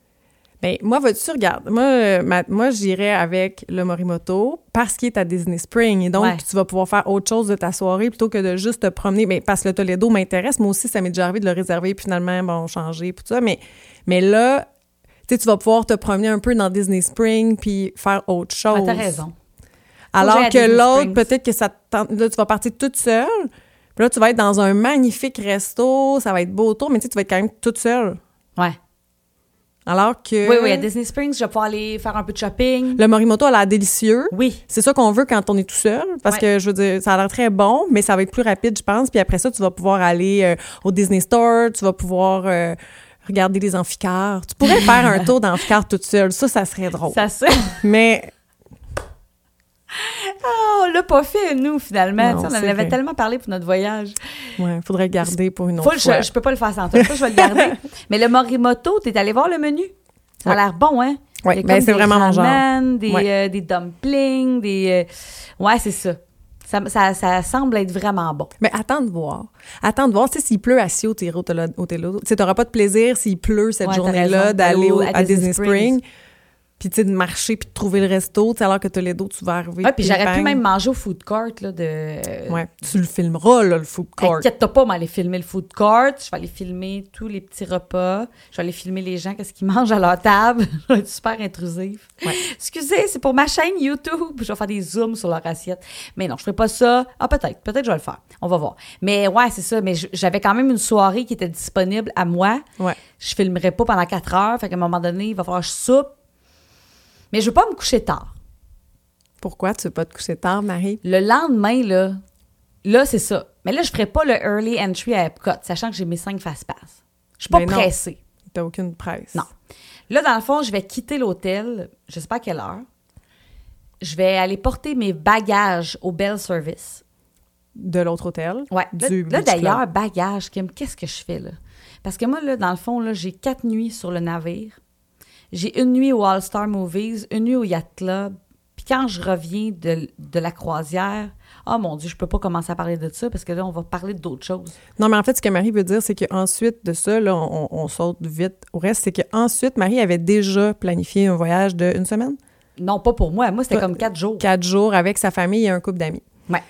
[SPEAKER 2] Ben, moi, vas-tu, regarde, moi, euh, ma- moi j'irais avec le Morimoto parce qu'il est à Disney Spring. Et donc,
[SPEAKER 1] Ouais.
[SPEAKER 2] tu vas pouvoir faire autre chose de ta soirée plutôt que de juste te promener. Mais parce que le Toledo m'intéresse, moi aussi, ça m'est déjà arrivé de le réserver, puis finalement, bon, changer, puis tout ça. Mais, mais là, tu sais, tu vas pouvoir te promener un peu dans Disney Spring, puis faire autre chose.
[SPEAKER 1] Ah, T'as raison. Faut
[SPEAKER 2] Alors
[SPEAKER 1] que j'aille à
[SPEAKER 2] que
[SPEAKER 1] Disney
[SPEAKER 2] l'autre,
[SPEAKER 1] Springs.
[SPEAKER 2] peut-être que ça te tente- là, tu vas partir toute seule. Puis là, tu vas être dans un magnifique resto, ça va être beau autour, mais tu sais, tu vas être quand même toute seule.
[SPEAKER 1] Ouais.
[SPEAKER 2] Alors que
[SPEAKER 1] Oui, oui, à Disney Springs, je vais pouvoir aller faire un peu de shopping.
[SPEAKER 2] le Morimoto a l'air délicieux.
[SPEAKER 1] Oui.
[SPEAKER 2] C'est ça qu'on veut quand on est tout seul, parce
[SPEAKER 1] Ouais.
[SPEAKER 2] que je veux dire, ça a l'air très bon, mais ça va être plus rapide, je pense. Puis après ça, tu vas pouvoir aller euh, au Disney Store, tu vas pouvoir euh, regarder les amphicars. Tu pourrais faire un tour d'amphicars toute seule, ça, ça serait drôle.
[SPEAKER 1] Ça se.
[SPEAKER 2] Mais
[SPEAKER 1] Ah, on l'a pas fait, nous, finalement.
[SPEAKER 2] Non,
[SPEAKER 1] Tu sais, on en
[SPEAKER 2] c'est
[SPEAKER 1] avait
[SPEAKER 2] vrai.
[SPEAKER 1] tellement parlé pour notre voyage.
[SPEAKER 2] ouais, faudrait garder pour une autre
[SPEAKER 1] Faut le-
[SPEAKER 2] fois.
[SPEAKER 1] je, je peux pas le faire sans toi. Ça, je vais le garder. Mais le Morimoto, t'es allé voir le menu? Ça a
[SPEAKER 2] Ouais.
[SPEAKER 1] l'air bon, hein?
[SPEAKER 2] Ouais,
[SPEAKER 1] Il y a
[SPEAKER 2] ben,
[SPEAKER 1] comme
[SPEAKER 2] c'est
[SPEAKER 1] des
[SPEAKER 2] vraiment mon genre.
[SPEAKER 1] ramen, Des,
[SPEAKER 2] Ouais.
[SPEAKER 1] euh, des dumplings, des... euh, Ouais, c'est ça. Ça, ça. ça semble être vraiment bon.
[SPEAKER 2] Mais attends de voir. Attends de voir. Tu sais, s'il pleut à Sio, t'es au Tolo- au Telo. Tu sais, t'auras pas de plaisir s'il pleut cette
[SPEAKER 1] Ouais, t'as
[SPEAKER 2] journée-là
[SPEAKER 1] raison,
[SPEAKER 2] d'aller au-
[SPEAKER 1] d'aller au-
[SPEAKER 2] à Disney Spring. Puis, tu sais, de marcher puis de trouver le resto. Tu sais, alors que t'as les dos, tu vas arriver.
[SPEAKER 1] Ouais, Ah, puis
[SPEAKER 2] ping,
[SPEAKER 1] j'aurais pu
[SPEAKER 2] bang.
[SPEAKER 1] même manger au food court, là, de...
[SPEAKER 2] Ouais. Tu le filmeras, là, le food court.
[SPEAKER 1] T'inquiète pas, on va aller filmer le food court. Je vais aller filmer tous les petits repas. Je vais aller filmer les gens, qu'est-ce qu'ils mangent à leur table. Je vais être super intrusif.
[SPEAKER 2] Ouais.
[SPEAKER 1] Excusez, c'est pour ma chaîne YouTube. Je vais faire des zooms sur leur assiette. Mais non, je ferai pas ça. Ah, peut-être. Peut-être que je vais le faire. On va voir. Mais ouais, c'est ça. Mais je- j'avais quand même une soirée qui était disponible à moi.
[SPEAKER 2] Ouais.
[SPEAKER 1] Je filmerai pas pendant quatre heures. Fait qu'à un moment donné, il va falloir que je soupe. Mais je veux pas me coucher tard.
[SPEAKER 2] Pourquoi tu veux pas te coucher tard, Marie?
[SPEAKER 1] Le lendemain, là, là, c'est ça. Mais là, je ferai pas le early entry à Epcot, sachant que j'ai mes cinq fast-pass. Je suis pas
[SPEAKER 2] Ben non.
[SPEAKER 1] pressée.
[SPEAKER 2] T'as aucune presse.
[SPEAKER 1] Non. Là, dans le fond, je vais quitter l'hôtel, je sais pas à quelle heure. Je vais aller porter mes bagages au Bell Service.
[SPEAKER 2] De l'autre hôtel.
[SPEAKER 1] Ouais. Là,
[SPEAKER 2] Du
[SPEAKER 1] là,
[SPEAKER 2] Beach Club.
[SPEAKER 1] d'ailleurs, bagages, Kim, qu'est-ce que je fais, là? Parce que moi, là, dans le fond, là, j'ai quatre nuits sur le navire. J'ai une nuit au All-Star Movies, une nuit au Yacht Club. Puis quand je reviens de, de la croisière, oh mon Dieu, je peux pas commencer à parler de ça parce que là, on va parler d'autres choses.
[SPEAKER 2] Non, mais en fait, ce que Marie veut dire, c'est qu'ensuite de ça, là, on, on saute vite au reste. C'est qu'ensuite, Marie avait déjà planifié un voyage d'une semaine,
[SPEAKER 1] Non, pas pour moi. Moi, c'était
[SPEAKER 2] Toi-
[SPEAKER 1] comme quatre jours.
[SPEAKER 2] quatre jours avec sa famille et un couple d'amis.
[SPEAKER 1] Ouais.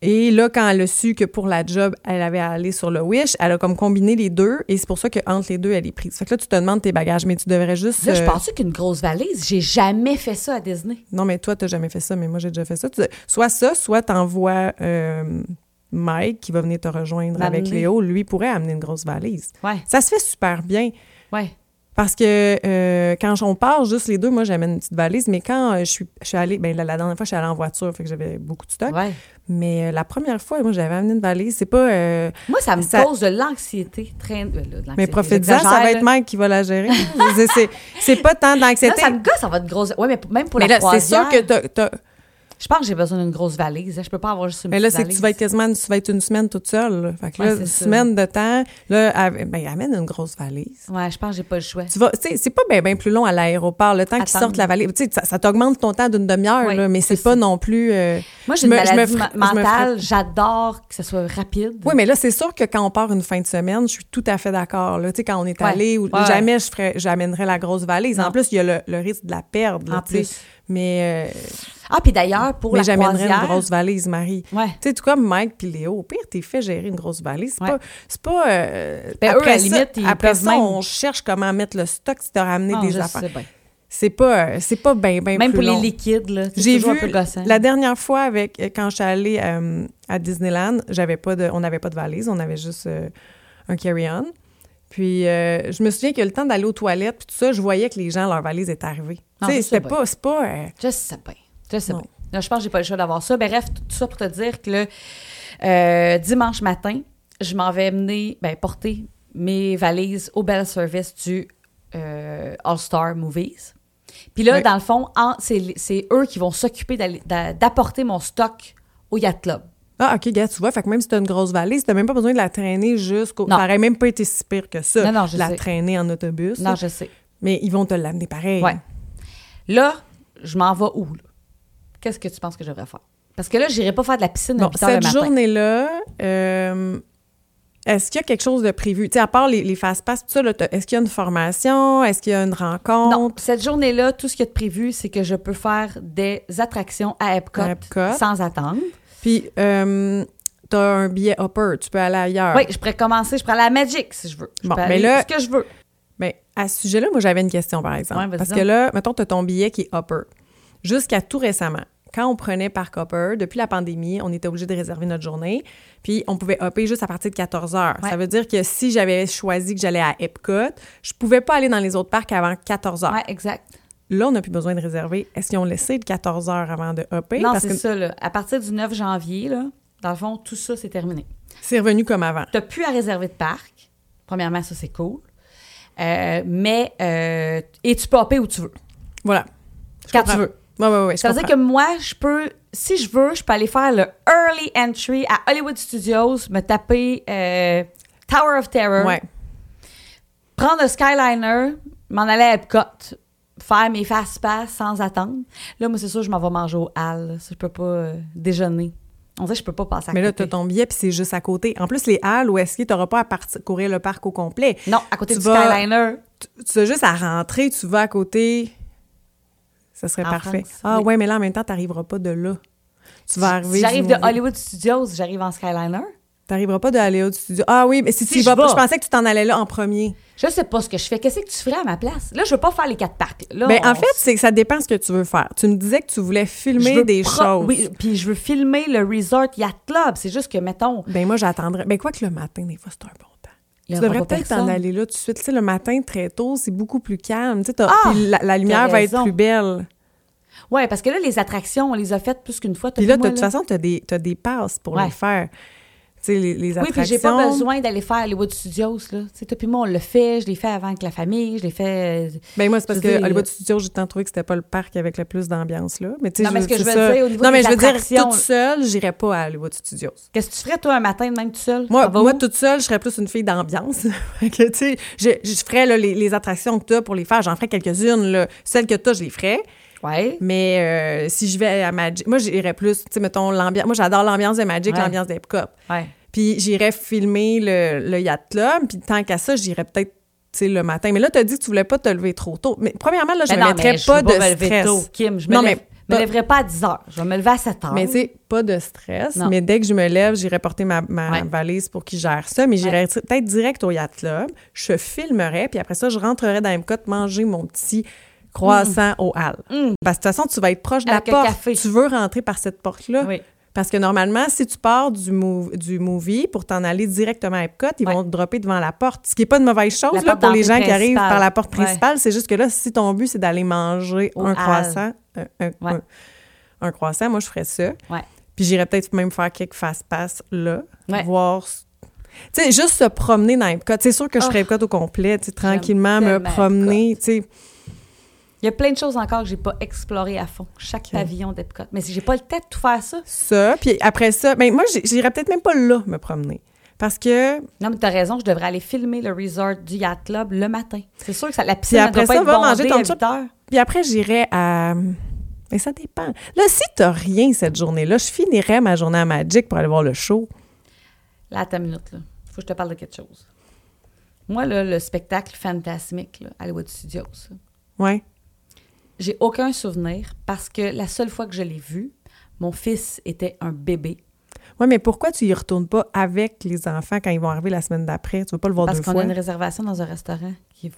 [SPEAKER 2] Et là, quand elle a su que pour la job, elle avait à aller sur le Wish, elle a comme combiné les deux et c'est pour ça qu'entre les deux, elle est prise. Fait que là, tu te demandes tes bagages, mais tu devrais juste.
[SPEAKER 1] Là, je
[SPEAKER 2] euh,
[SPEAKER 1] pensais qu'une grosse valise, j'ai jamais fait ça à Disney.
[SPEAKER 2] Non, mais toi, t'as jamais fait ça, mais moi, j'ai déjà fait ça. Tu- Soit ça, soit t'envoies euh, Mike qui va venir te rejoindre
[SPEAKER 1] M'amener.
[SPEAKER 2] avec Léo. Lui pourrait amener une grosse valise.
[SPEAKER 1] Ouais,
[SPEAKER 2] Ça se fait super bien.
[SPEAKER 1] ouais.
[SPEAKER 2] Parce que euh, quand on part, juste les deux, moi, j'amène une petite valise, mais quand euh, je, suis, je suis allée, ben, la, la dernière fois, je suis allée en voiture, fait que j'avais beaucoup de stock.
[SPEAKER 1] Ouais.
[SPEAKER 2] Mais euh, la première fois, moi, j'avais amené une valise. C'est pas. euh,
[SPEAKER 1] Moi, ça me
[SPEAKER 2] Ça-
[SPEAKER 1] cause de l'anxiété. Train... euh, là, de l'anxiété,
[SPEAKER 2] mais profite-en, ça
[SPEAKER 1] j'exagère,
[SPEAKER 2] va
[SPEAKER 1] là.
[SPEAKER 2] être Mike qui va la gérer. Je veux dire, c'est- c'est pas tant
[SPEAKER 1] Là,
[SPEAKER 2] d'anxiété.
[SPEAKER 1] ça me gosse, ça va être grosse. Ouais, mais p- même pour
[SPEAKER 2] Mais
[SPEAKER 1] la
[SPEAKER 2] là, c'est
[SPEAKER 1] croisière,
[SPEAKER 2] sûr que t'as- t'as-
[SPEAKER 1] je pense que j'ai besoin d'une grosse valise. hein. Je peux pas avoir juste une
[SPEAKER 2] Mais Ben là,
[SPEAKER 1] petite
[SPEAKER 2] c'est que tu vas être quasiment une- tu vas être une semaine toute seule. là. Fait que là,
[SPEAKER 1] Ouais, c'est
[SPEAKER 2] une
[SPEAKER 1] ça.
[SPEAKER 2] semaine de temps, là, av- ben, amène une grosse valise.
[SPEAKER 1] valise. Ouais, je pense que j'ai pas le choix.
[SPEAKER 2] Tu vas, tu sais, c'est pas bien plus long à l'aéroport, le temps qu'ils
[SPEAKER 1] Attendre.
[SPEAKER 2] sortent la valise. Tu sais, ça, ça t'augmente ton temps d'une demi-heure,
[SPEAKER 1] Oui,
[SPEAKER 2] là, mais c'est
[SPEAKER 1] c'est
[SPEAKER 2] pas
[SPEAKER 1] ça.
[SPEAKER 2] non plus. euh,
[SPEAKER 1] Moi, j'ai
[SPEAKER 2] je
[SPEAKER 1] une
[SPEAKER 2] me- je me
[SPEAKER 1] maladie
[SPEAKER 2] fra-
[SPEAKER 1] ma-
[SPEAKER 2] je me
[SPEAKER 1] mentale. J'adore que ce soit rapide.
[SPEAKER 2] Oui, mais là, c'est sûr que quand on part une fin de semaine, je suis tout à fait d'accord. là. Tu sais, quand on est
[SPEAKER 1] Ouais.
[SPEAKER 2] allé, ou
[SPEAKER 1] Ouais, ouais.
[SPEAKER 2] jamais je ferais, j'amènerais la grosse valise. En
[SPEAKER 1] Non.
[SPEAKER 2] plus, il y a le, le risque de la perdre. là,
[SPEAKER 1] En
[SPEAKER 2] tu sais.
[SPEAKER 1] plus.
[SPEAKER 2] Mais, euh,
[SPEAKER 1] Ah, puis d'ailleurs, pour
[SPEAKER 2] mais
[SPEAKER 1] la
[SPEAKER 2] j'amènerais
[SPEAKER 1] croisière...
[SPEAKER 2] une grosse valise, Marie.
[SPEAKER 1] Ouais.
[SPEAKER 2] Tu sais, tout comme Mike puis Léo, au pire, t'es fait gérer une grosse valise. C'est
[SPEAKER 1] Ouais.
[SPEAKER 2] pas. C'est pas euh,
[SPEAKER 1] Ben, eux, à la
[SPEAKER 2] ça-
[SPEAKER 1] limite, ils
[SPEAKER 2] après
[SPEAKER 1] peuvent
[SPEAKER 2] ça,
[SPEAKER 1] même-
[SPEAKER 2] on cherche comment mettre le stock si t'as ramené
[SPEAKER 1] Non,
[SPEAKER 2] des
[SPEAKER 1] Ah, je
[SPEAKER 2] affaires.
[SPEAKER 1] sais bien.
[SPEAKER 2] C'est pas, euh, c'est pas bien, bien
[SPEAKER 1] Même
[SPEAKER 2] plus
[SPEAKER 1] pour
[SPEAKER 2] long.
[SPEAKER 1] les liquides, là. c'est
[SPEAKER 2] J'ai
[SPEAKER 1] toujours
[SPEAKER 2] vu
[SPEAKER 1] un peu gossant.
[SPEAKER 2] la dernière fois avec euh, quand je suis allée euh, à Disneyland, j'avais pas de, on n'avait pas de valise, on avait juste euh, un carry-on. Puis euh, je me souviens que le temps d'aller aux toilettes, puis tout ça, je voyais que les gens leur valise est arrivée.
[SPEAKER 1] Non,
[SPEAKER 2] Tu sais,
[SPEAKER 1] ça,
[SPEAKER 2] c'était
[SPEAKER 1] c'est
[SPEAKER 2] pas, c'est pas. euh,
[SPEAKER 1] Je sais pas. Je sais
[SPEAKER 2] Non.
[SPEAKER 1] pas. Là, je pense que j'ai pas le choix d'avoir ça. Bref, tout ça pour te dire que le euh, dimanche matin, je m'en vais mener, ben, porter mes valises au bel service du euh, All-Star Movies. Puis là,
[SPEAKER 2] Oui.
[SPEAKER 1] dans le fond, en- c'est c'est eux qui vont s'occuper d'aller- d'a- d'apporter mon stock au Yacht Club.
[SPEAKER 2] Ah, OK, gars, tu vois, fait que même si t'as une grosse valise, t'as même pas besoin de la traîner jusqu'au.
[SPEAKER 1] Non.
[SPEAKER 2] Ça aurait même pas été si pire que ça.
[SPEAKER 1] Non, non, je
[SPEAKER 2] la
[SPEAKER 1] sais.
[SPEAKER 2] traîner en autobus.
[SPEAKER 1] Non,
[SPEAKER 2] là.
[SPEAKER 1] je sais.
[SPEAKER 2] Mais ils vont te l'amener pareil.
[SPEAKER 1] Ouais. Là, je m'en vais où? là? Qu'est-ce que tu penses que je devrais faire? Parce que là, j'irai pas faire de la piscine à
[SPEAKER 2] Bon,
[SPEAKER 1] 8 heures le
[SPEAKER 2] cette
[SPEAKER 1] matin.
[SPEAKER 2] journée-là, euh, est-ce qu'il y a quelque chose de prévu? Tu sais, à part les, les fast-pass, tout ça, là, t'as- est-ce qu'il y a une formation? Est-ce qu'il y a une
[SPEAKER 1] Non,
[SPEAKER 2] rencontre?
[SPEAKER 1] cette journée-là, tout ce qui est prévu, c'est que je peux faire des attractions à Epcot,
[SPEAKER 2] À Epcot.
[SPEAKER 1] sans attendre.
[SPEAKER 2] Puis, euh, t'as un billet hopper, tu peux aller ailleurs.
[SPEAKER 1] Oui, je pourrais commencer, je pourrais aller à Magic si je veux. Je
[SPEAKER 2] Ah. Bon,
[SPEAKER 1] peux
[SPEAKER 2] mais
[SPEAKER 1] aller
[SPEAKER 2] là-
[SPEAKER 1] ce que je veux.
[SPEAKER 2] Mais à ce sujet-là, moi, j'avais une question, par exemple.
[SPEAKER 1] Ouais, vas-y
[SPEAKER 2] Parce
[SPEAKER 1] donc.
[SPEAKER 2] que là, mettons, tu as ton billet qui est Hopper. Jusqu'à tout récemment, quand on prenait par Hopper, depuis la pandémie, on était obligé de réserver notre journée, puis on pouvait hopper juste à partir de 14 heures.
[SPEAKER 1] Ouais.
[SPEAKER 2] Ça veut dire que si j'avais choisi que j'allais à Epcot, je pouvais pas aller dans les autres parcs avant 14 heures.
[SPEAKER 1] Oui, exact.
[SPEAKER 2] Là, on n'a plus besoin de réserver. Est-ce qu'ils ont laissé de 14 heures avant de hopper?
[SPEAKER 1] non,
[SPEAKER 2] Parce
[SPEAKER 1] c'est
[SPEAKER 2] que
[SPEAKER 1] ça, là. À partir du 9 janvier, là, dans le fond, tout ça, c'est terminé.
[SPEAKER 2] c'est revenu comme avant.
[SPEAKER 1] T'as plus à réserver de parc. Premièrement, ça, c'est cool. Euh, mais, euh, et tu peux hopper où tu veux.
[SPEAKER 2] Voilà.
[SPEAKER 1] Quand
[SPEAKER 2] comprends.
[SPEAKER 1] tu veux.
[SPEAKER 2] Oui, oui, oui.
[SPEAKER 1] Ça veut dire que moi, je peux, si je veux, je peux aller faire le early entry à Hollywood Studios, me taper euh, Tower of Terror.
[SPEAKER 2] Ouais.
[SPEAKER 1] prendre le Skyliner, m'en aller à Epcot, faire mes fast-pass sans attendre. Là, moi, c'est sûr, je m'en vais manger au hall. là. Ça, Je peux pas euh, déjeuner. On dirait que je peux pas passer à
[SPEAKER 2] Mais là, tu
[SPEAKER 1] côté.
[SPEAKER 2] as ton billet, puis c'est juste à côté. En plus, les halles, où est-ce que tu n'auras pas à partir, courir le parc au complet?
[SPEAKER 1] Non, à côté
[SPEAKER 2] tu
[SPEAKER 1] du
[SPEAKER 2] vas-
[SPEAKER 1] Skyliner.
[SPEAKER 2] Tu- Tu as juste à rentrer, tu vas à côté. Ça serait
[SPEAKER 1] En
[SPEAKER 2] parfait.
[SPEAKER 1] France,
[SPEAKER 2] ah
[SPEAKER 1] oui.
[SPEAKER 2] ouais, mais là, en même temps, tu n'arriveras pas de là. Tu vas arriver.
[SPEAKER 1] Si j'arrive
[SPEAKER 2] du
[SPEAKER 1] de
[SPEAKER 2] mauvais-
[SPEAKER 1] Hollywood Studios, j'arrive en Skyliner.
[SPEAKER 2] T'arriveras pas de Aléo du studio. Ah oui, mais si, tu y
[SPEAKER 1] je
[SPEAKER 2] vas pas,
[SPEAKER 1] vais.
[SPEAKER 2] je pensais que tu t'en allais là en premier.
[SPEAKER 1] Je sais pas ce que je fais. Qu'est-ce que tu ferais à ma place? Là, je veux pas faire les quatre parcs. Là,
[SPEAKER 2] Ben, en
[SPEAKER 1] on-
[SPEAKER 2] fait, c'est que ça dépend ce que tu veux faire. Tu me disais que tu voulais
[SPEAKER 1] je
[SPEAKER 2] filmer
[SPEAKER 1] veux
[SPEAKER 2] des
[SPEAKER 1] pro-
[SPEAKER 2] choses.
[SPEAKER 1] Oui, puis je veux filmer le Resort Yacht Club. C'est juste que, mettons,
[SPEAKER 2] Ben moi, j'attendrais. Ben quoi que le matin, des fois, c'est un bon temps.
[SPEAKER 1] il y
[SPEAKER 2] tu
[SPEAKER 1] aura
[SPEAKER 2] devrais
[SPEAKER 1] pas
[SPEAKER 2] peut-être t'en
[SPEAKER 1] personne.
[SPEAKER 2] aller là tout de suite. Tu sais, le matin, très tôt, c'est beaucoup plus calme. Tu sais, t'as-
[SPEAKER 1] Ah!
[SPEAKER 2] puis la, la lumière
[SPEAKER 1] T'as
[SPEAKER 2] va être
[SPEAKER 1] raison.
[SPEAKER 2] plus belle.
[SPEAKER 1] Ouais, parce que là, les attractions, on les a faites plus qu'une fois.
[SPEAKER 2] Puis là,
[SPEAKER 1] vu,
[SPEAKER 2] t'as-
[SPEAKER 1] moi,
[SPEAKER 2] de toute façon, tu as, des passes pour
[SPEAKER 1] Ouais.
[SPEAKER 2] les faire. Tu sais, les, les
[SPEAKER 1] Oui,
[SPEAKER 2] attractions.
[SPEAKER 1] puis j'ai pas besoin d'aller faire Hollywood Studios, là. Tu sais, toi puis moi, on le fait, je l'ai fait avant avec la famille, je l'ai fait... euh,
[SPEAKER 2] Ben moi, c'est parce
[SPEAKER 1] Je veux
[SPEAKER 2] que
[SPEAKER 1] dire-
[SPEAKER 2] Hollywood Studios, j'ai tant trouvé que c'était pas le parc avec le plus d'ambiance là. Mais tu sais,
[SPEAKER 1] Non, mais ce que
[SPEAKER 2] c'est
[SPEAKER 1] je veux
[SPEAKER 2] ça.
[SPEAKER 1] dire, au niveau
[SPEAKER 2] Non, mais
[SPEAKER 1] des
[SPEAKER 2] je veux dire,
[SPEAKER 1] attractions- Ah
[SPEAKER 2] toute seule, j'irais pas à Hollywood Studios.
[SPEAKER 1] Qu'est-ce que tu ferais, toi, un matin, de même tout seul?
[SPEAKER 2] Moi,
[SPEAKER 1] T'en vas
[SPEAKER 2] moi
[SPEAKER 1] où?
[SPEAKER 2] toute seule, je serais plus une fille d'ambiance. Fait que, tu sais, je, je ferais là, les, les attractions que tu as pour les faire. J'en ferais quelques-unes. là. Celles que tu je les ferais.
[SPEAKER 1] Ouais.
[SPEAKER 2] Mais euh, si je vais à Magic, moi, j'irais plus, tu sais, mettons, l'ambiance. Moi, j'adore l'ambiance de Magic,
[SPEAKER 1] Ouais.
[SPEAKER 2] l'ambiance d'Epcot.
[SPEAKER 1] Ouais.
[SPEAKER 2] Puis j'irais filmer le, le yacht club. Puis tant qu'à ça, j'irais peut-être tu sais, le matin. Mais là, tu as dit que tu voulais pas te lever trop tôt. Mais premièrement, là, je
[SPEAKER 1] Ben
[SPEAKER 2] ne
[SPEAKER 1] non,
[SPEAKER 2] mettrais
[SPEAKER 1] je
[SPEAKER 2] pas
[SPEAKER 1] veux
[SPEAKER 2] de
[SPEAKER 1] me lever
[SPEAKER 2] stress.
[SPEAKER 1] tôt, Kim. Je me,
[SPEAKER 2] Non,
[SPEAKER 1] lève-
[SPEAKER 2] mais
[SPEAKER 1] me
[SPEAKER 2] pas-
[SPEAKER 1] lèverai pas à 10 heures. Je vais me lever à 7 heures.
[SPEAKER 2] Mais tu sais, pas de stress.
[SPEAKER 1] Ah. Non.
[SPEAKER 2] Mais dès que je me lève, j'irai porter ma, ma
[SPEAKER 1] Ouais.
[SPEAKER 2] valise pour qui gère ça. Mais j'irai peut-être direct au Yacht Club. Je filmerai. Puis après ça, je rentrerai dans Epcot manger mon petit
[SPEAKER 1] Hum,
[SPEAKER 2] croissant au hall. Parce que de toute façon, tu vas être proche de
[SPEAKER 1] Mm. Avec
[SPEAKER 2] la
[SPEAKER 1] un
[SPEAKER 2] porte.
[SPEAKER 1] café.
[SPEAKER 2] Tu veux rentrer par cette porte-là.
[SPEAKER 1] Oui.
[SPEAKER 2] Parce que normalement, si tu pars du, mov- du movie pour t'en aller directement à Epcot, ils
[SPEAKER 1] Ouais.
[SPEAKER 2] vont te dropper devant la porte. Ce qui n'est pas une mauvaise chose
[SPEAKER 1] La
[SPEAKER 2] là,
[SPEAKER 1] porte
[SPEAKER 2] pour les gens
[SPEAKER 1] d'entrée
[SPEAKER 2] qui arrivent
[SPEAKER 1] principale.
[SPEAKER 2] par la porte
[SPEAKER 1] Ouais.
[SPEAKER 2] principale. C'est juste que là, si ton but, c'est d'aller manger
[SPEAKER 1] Au
[SPEAKER 2] un
[SPEAKER 1] Hall.
[SPEAKER 2] croissant, un, un-
[SPEAKER 1] Ouais.
[SPEAKER 2] un- un croissant, moi, je ferais ça.
[SPEAKER 1] Ouais.
[SPEAKER 2] Puis j'irais peut-être même faire quelques fast-pass là,
[SPEAKER 1] Ouais.
[SPEAKER 2] voir... ce- Tu sais, juste se promener dans Epcot. C'est sûr que je ferais Epcot au complet, tu sais, tranquillement, me
[SPEAKER 1] Oh. tellement
[SPEAKER 2] promener, tu sais.
[SPEAKER 1] Il y a plein de choses encore que j'ai pas explorées à fond. Chaque pavillon d'Epcot. Mais si j'ai pas le temps de tout faire ça.
[SPEAKER 2] ça. Puis après ça, ben moi, j'ai- j'irais peut-être même pas là me promener. Parce que,
[SPEAKER 1] Non, mais t'as raison, je devrais aller filmer le resort du Yacht Club le matin. C'est sûr que ça, la piscine,
[SPEAKER 2] puis
[SPEAKER 1] elle
[SPEAKER 2] après
[SPEAKER 1] doit pas
[SPEAKER 2] ça,
[SPEAKER 1] être
[SPEAKER 2] va
[SPEAKER 1] bondée
[SPEAKER 2] manger
[SPEAKER 1] à
[SPEAKER 2] ton
[SPEAKER 1] huit
[SPEAKER 2] chip.
[SPEAKER 1] heures.
[SPEAKER 2] Puis après, j'irais à... Mais ça dépend. Là, si t'as rien cette journée-là, je finirais ma journée à Magic pour aller voir le show.
[SPEAKER 1] Là, attends une minute, là. Faut que je te parle de quelque chose. Moi, là, le spectacle fantasmique, là, Hollywood Studios, là,
[SPEAKER 2] Ouais.
[SPEAKER 1] j'ai aucun souvenir parce que la seule fois que je l'ai vu, mon fils était un bébé.
[SPEAKER 2] Ouais, mais pourquoi tu y retournes pas avec les enfants quand ils vont arriver la semaine d'après? Tu veux pas le voir
[SPEAKER 1] Parce
[SPEAKER 2] deux
[SPEAKER 1] qu'on
[SPEAKER 2] fois?
[SPEAKER 1] a une réservation dans un restaurant qui,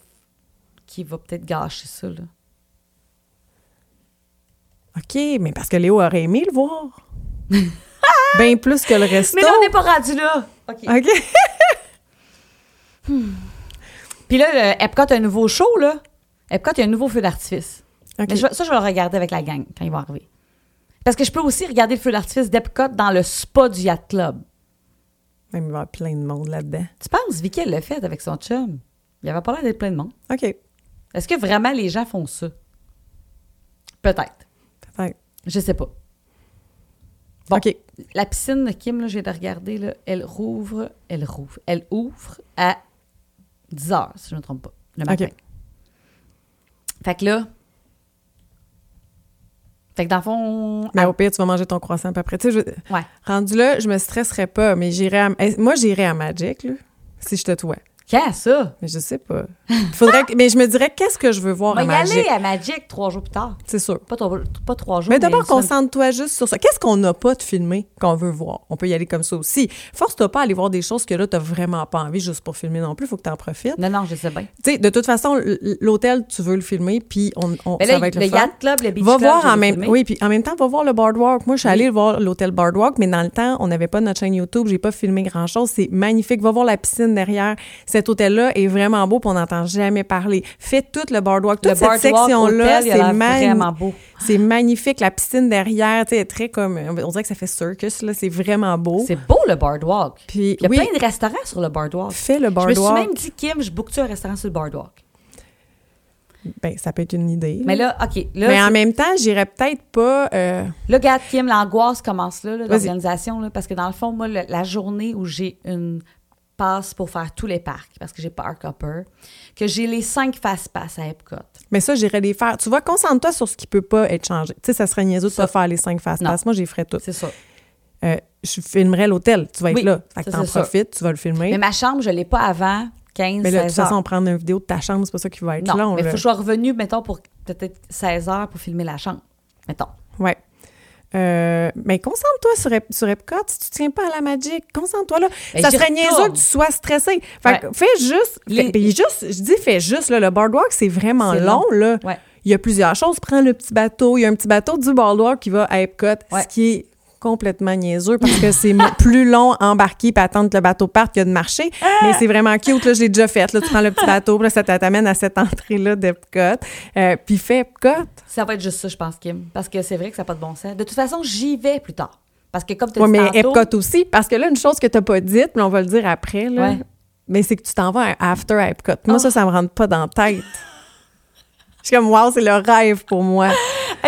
[SPEAKER 1] qui va peut-être gâcher ça, là.
[SPEAKER 2] OK, mais parce que Léo aurait aimé le voir. Bien plus que le resto.
[SPEAKER 1] Mais là, on n'est pas rendu là! OK.
[SPEAKER 2] OK.
[SPEAKER 1] Puis là, le Epcot a un nouveau show, là. Epcot, il y a un nouveau feu d'artifice.
[SPEAKER 2] OK.
[SPEAKER 1] Mais je vais- ça, je vais le regarder avec la gang quand ils vont arriver. Parce que je peux aussi regarder le feu d'artifice d'Epcot dans le spa du Yacht Club.
[SPEAKER 2] Même il va y avoir plein de monde là-dedans.
[SPEAKER 1] Tu penses, Vicky, elle l'a fait avec son chum. Il avait pas l'air d'être plein de monde.
[SPEAKER 2] OK.
[SPEAKER 1] Est-ce que vraiment les gens font ça? Peut-être.
[SPEAKER 2] Peut-être.
[SPEAKER 1] Je sais pas. Bon.
[SPEAKER 2] OK.
[SPEAKER 1] La piscine de Kim, là, je viens de regarder, là, elle rouvre, elle rouvre, elle ouvre à 10 heures, si je ne me trompe pas, le matin.
[SPEAKER 2] OK.
[SPEAKER 1] Fait que là, fait que dans le fond,
[SPEAKER 2] Mais au pire, tu vas manger ton croissant, puis après, tu sais, je-
[SPEAKER 1] ouais.
[SPEAKER 2] Rendu là, je me stresserais pas, mais j'irais à... eh, Moi, j'irais à Magic, là, si j'étais toi.
[SPEAKER 1] Qu'est-ce ça?
[SPEAKER 2] Mais je sais pas. Faudrait que- Mais je me dirais, qu'est-ce que je veux
[SPEAKER 1] On
[SPEAKER 2] voir
[SPEAKER 1] va
[SPEAKER 2] à
[SPEAKER 1] y
[SPEAKER 2] Magic?
[SPEAKER 1] aller à Magic trois jours plus tard.
[SPEAKER 2] C'est sûr.
[SPEAKER 1] Pas trois, pas trois jours.
[SPEAKER 2] Mais d'abord,
[SPEAKER 1] une semaine.
[SPEAKER 2] concentre-toi juste sur ça. Qu'est-ce qu'on n'a pas de filmer qu'on veut voir? On peut y aller comme ça aussi. Force-toi pas à aller voir des choses que là, t'as vraiment pas envie juste pour filmer non plus. Faut que t'en profites.
[SPEAKER 1] Non, non, je sais bien.
[SPEAKER 2] Tu sais, de toute façon, l- l'hôtel, tu veux le filmer, puis on, on-
[SPEAKER 1] Mais
[SPEAKER 2] ça
[SPEAKER 1] là,
[SPEAKER 2] va être le,
[SPEAKER 1] le,
[SPEAKER 2] fun.
[SPEAKER 1] Yacht Club, le Beach
[SPEAKER 2] Va
[SPEAKER 1] Club,
[SPEAKER 2] voir
[SPEAKER 1] je l'ai
[SPEAKER 2] en même
[SPEAKER 1] filmé.
[SPEAKER 2] oui puis en même temps va voir le boardwalk. Moi je suis allée voir l'hôtel boardwalk mais dans le temps on n'avait pas notre chaîne YouTube, j'ai pas filmé grand chose, c'est magnifique. Va voir la piscine derrière. Cet hôtel là est vraiment beau, puis on n'entend jamais parler. Fais tout le boardwalk, toute
[SPEAKER 1] Le
[SPEAKER 2] cette
[SPEAKER 1] boardwalk
[SPEAKER 2] section
[SPEAKER 1] hôtel, il
[SPEAKER 2] là,
[SPEAKER 1] a
[SPEAKER 2] c'est
[SPEAKER 1] l'air
[SPEAKER 2] magnifique.
[SPEAKER 1] vraiment beau.
[SPEAKER 2] C'est magnifique la piscine derrière, tu sais elle est très comme on dirait que ça fait circus là, c'est vraiment beau.
[SPEAKER 1] C'est beau le boardwalk.
[SPEAKER 2] Oh. Puis
[SPEAKER 1] Il y a
[SPEAKER 2] oui,
[SPEAKER 1] plein de restaurants sur le boardwalk.
[SPEAKER 2] fais le
[SPEAKER 1] Je me suis
[SPEAKER 2] boardwalk.
[SPEAKER 1] même dit, Kim, je book-tu un restaurant sur le boardwalk?
[SPEAKER 2] Ben ça peut être une idée.
[SPEAKER 1] Mais là, OK. Là,
[SPEAKER 2] Mais
[SPEAKER 1] c'est-
[SPEAKER 2] en même temps, j'irais peut-être pas euh,
[SPEAKER 1] là regarde, Kim, l'angoisse commence là, là,
[SPEAKER 2] Vas-y.
[SPEAKER 1] l'organisation. là, Parce que dans le fond, moi, le- la journée où j'ai une passe pour faire tous les parcs, parce que j'ai pas Park Hopper, que j'ai les cinq fast-pass à Epcot.
[SPEAKER 2] Mais ça, j'irais les faire. Tu vois, concentre-toi sur ce qui peut pas être changé. Tu sais, ça serait niaiseux de pas faire les cinq fast pass. Moi, j'y ferais tout.
[SPEAKER 1] C'est ça.
[SPEAKER 2] Euh, je filmerais l'hôtel. Tu vas être
[SPEAKER 1] Oui,
[SPEAKER 2] là. Fait que
[SPEAKER 1] ça,
[SPEAKER 2] t'en
[SPEAKER 1] c'est sûr.
[SPEAKER 2] profites, tu vas le filmer.
[SPEAKER 1] Mais
[SPEAKER 2] Mais,
[SPEAKER 1] ma chambre, je l'ai pas avant 15,
[SPEAKER 2] là, de toute
[SPEAKER 1] 16 heures.
[SPEAKER 2] façon, on prend une vidéo de ta chambre. C'est pas ça qui va être
[SPEAKER 1] non,
[SPEAKER 2] long.
[SPEAKER 1] mais
[SPEAKER 2] là.
[SPEAKER 1] faut que je sois revenue, mettons, pour peut-être 16 heures pour filmer la chambre. Mettons.
[SPEAKER 2] Ouais. Euh, mais concentre-toi sur, Ep- sur Epcot. Si tu tiens pas à la Magic, concentre-toi là.
[SPEAKER 1] Ben,
[SPEAKER 2] ça
[SPEAKER 1] j'y
[SPEAKER 2] serait
[SPEAKER 1] retourne.
[SPEAKER 2] niaiseux que tu sois stressé. Fait que
[SPEAKER 1] Ouais.
[SPEAKER 2] fais juste, fais-
[SPEAKER 1] Les-
[SPEAKER 2] ben, juste, je dis fais juste, là, le boardwalk, c'est vraiment
[SPEAKER 1] C'est
[SPEAKER 2] long,
[SPEAKER 1] long.
[SPEAKER 2] là.
[SPEAKER 1] Ouais.
[SPEAKER 2] Il y a plusieurs choses. Prends le petit bateau. Il y a un petit bateau du boardwalk qui va à Epcot,
[SPEAKER 1] Ouais.
[SPEAKER 2] ce qui est complètement niaiseux parce que c'est mo- plus long à embarquer puis attendre que le bateau parte que de marcher.
[SPEAKER 1] Ah!
[SPEAKER 2] Mais c'est vraiment cute. Là, je l'ai déjà fait. Là, tu prends le petit bateau, puis là, ça t'amène à cette entrée-là d'Epcot. Euh, puis fais Epcot.
[SPEAKER 1] Ça va être juste ça, je pense, Kim. Parce que c'est vrai que ça n'a pas de bon sens. De toute façon, j'y vais plus tard. Parce que comme tu as
[SPEAKER 2] Oui, mais
[SPEAKER 1] dit tantôt,
[SPEAKER 2] Epcot aussi, parce que là, une chose que t'as pas dite, mais on va le dire après, là,
[SPEAKER 1] Ouais. Oh.
[SPEAKER 2] mais c'est que tu t'en vas à After Epcot. Moi, ça, ça me rentre pas dans la tête. Je suis comme, wow, c'est le rêve pour moi.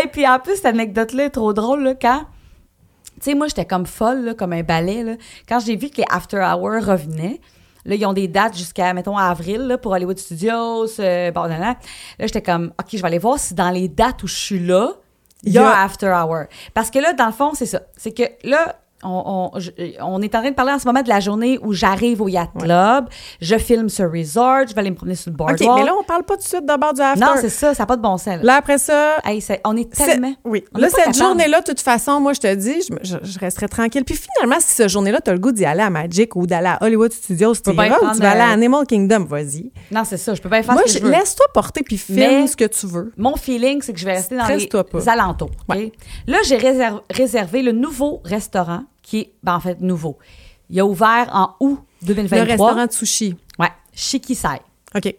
[SPEAKER 1] Et puis en plus, cette anecdote-là est trop drôle, là, quand... Tu sais, moi, j'étais comme folle, là, comme un balai. Là. Quand j'ai vu que les After Hours revenaient, là, ils ont des dates jusqu'à, mettons, avril là, pour Hollywood Studios, euh, bon, nan, nan. Là, j'étais comme, OK, je vais aller voir si dans les dates où je suis là, il y a
[SPEAKER 2] Il y a-
[SPEAKER 1] un After Hour. Parce que là, dans le fond, c'est ça. C'est que là, on, on- je- on est en train de parler en ce moment de la journée où j'arrive au Yacht Club, je filme ce resort, je vais aller me promener sur le
[SPEAKER 2] OK,
[SPEAKER 1] boardwalk.
[SPEAKER 2] mais là, on parle pas tout de suite d'abord du after.
[SPEAKER 1] non, c'est ça, ça n'a pas de bon sens. Là.
[SPEAKER 2] Là, après ça,
[SPEAKER 1] Hey, c'est- on est
[SPEAKER 2] C'est-
[SPEAKER 1] tellement...
[SPEAKER 2] Oui.
[SPEAKER 1] on
[SPEAKER 2] là,
[SPEAKER 1] est pas
[SPEAKER 2] cette
[SPEAKER 1] capable.
[SPEAKER 2] journée-là, de toute façon, moi, je te dis, je, me- je, je resterai tranquille. Puis finalement, si cette journée-là, tu as le goût d'y aller à Magic ou d'aller à Hollywood Studios, tu
[SPEAKER 1] peux pas y
[SPEAKER 2] iras, ou tu vas
[SPEAKER 1] prendre,
[SPEAKER 2] aller à
[SPEAKER 1] euh,
[SPEAKER 2] Animal Kingdom, vas-y.
[SPEAKER 1] Non, c'est ça, je peux pas faire
[SPEAKER 2] Moi,
[SPEAKER 1] ce que
[SPEAKER 2] je-
[SPEAKER 1] je veux.
[SPEAKER 2] laisse-toi porter puis filme
[SPEAKER 1] Mais-
[SPEAKER 2] ce que tu veux.
[SPEAKER 1] Mon feeling, c'est que je vais rester dans les
[SPEAKER 2] Stresse-toi pas.
[SPEAKER 1] alentours. ok?
[SPEAKER 2] Ouais.
[SPEAKER 1] Là, j'ai réserv- réservé le nouveau restaurant qui est, ben, en fait, nouveau. Il a ouvert en août 2023.
[SPEAKER 2] Le restaurant de sushi.
[SPEAKER 1] Ouais, Shikisai.
[SPEAKER 2] OK.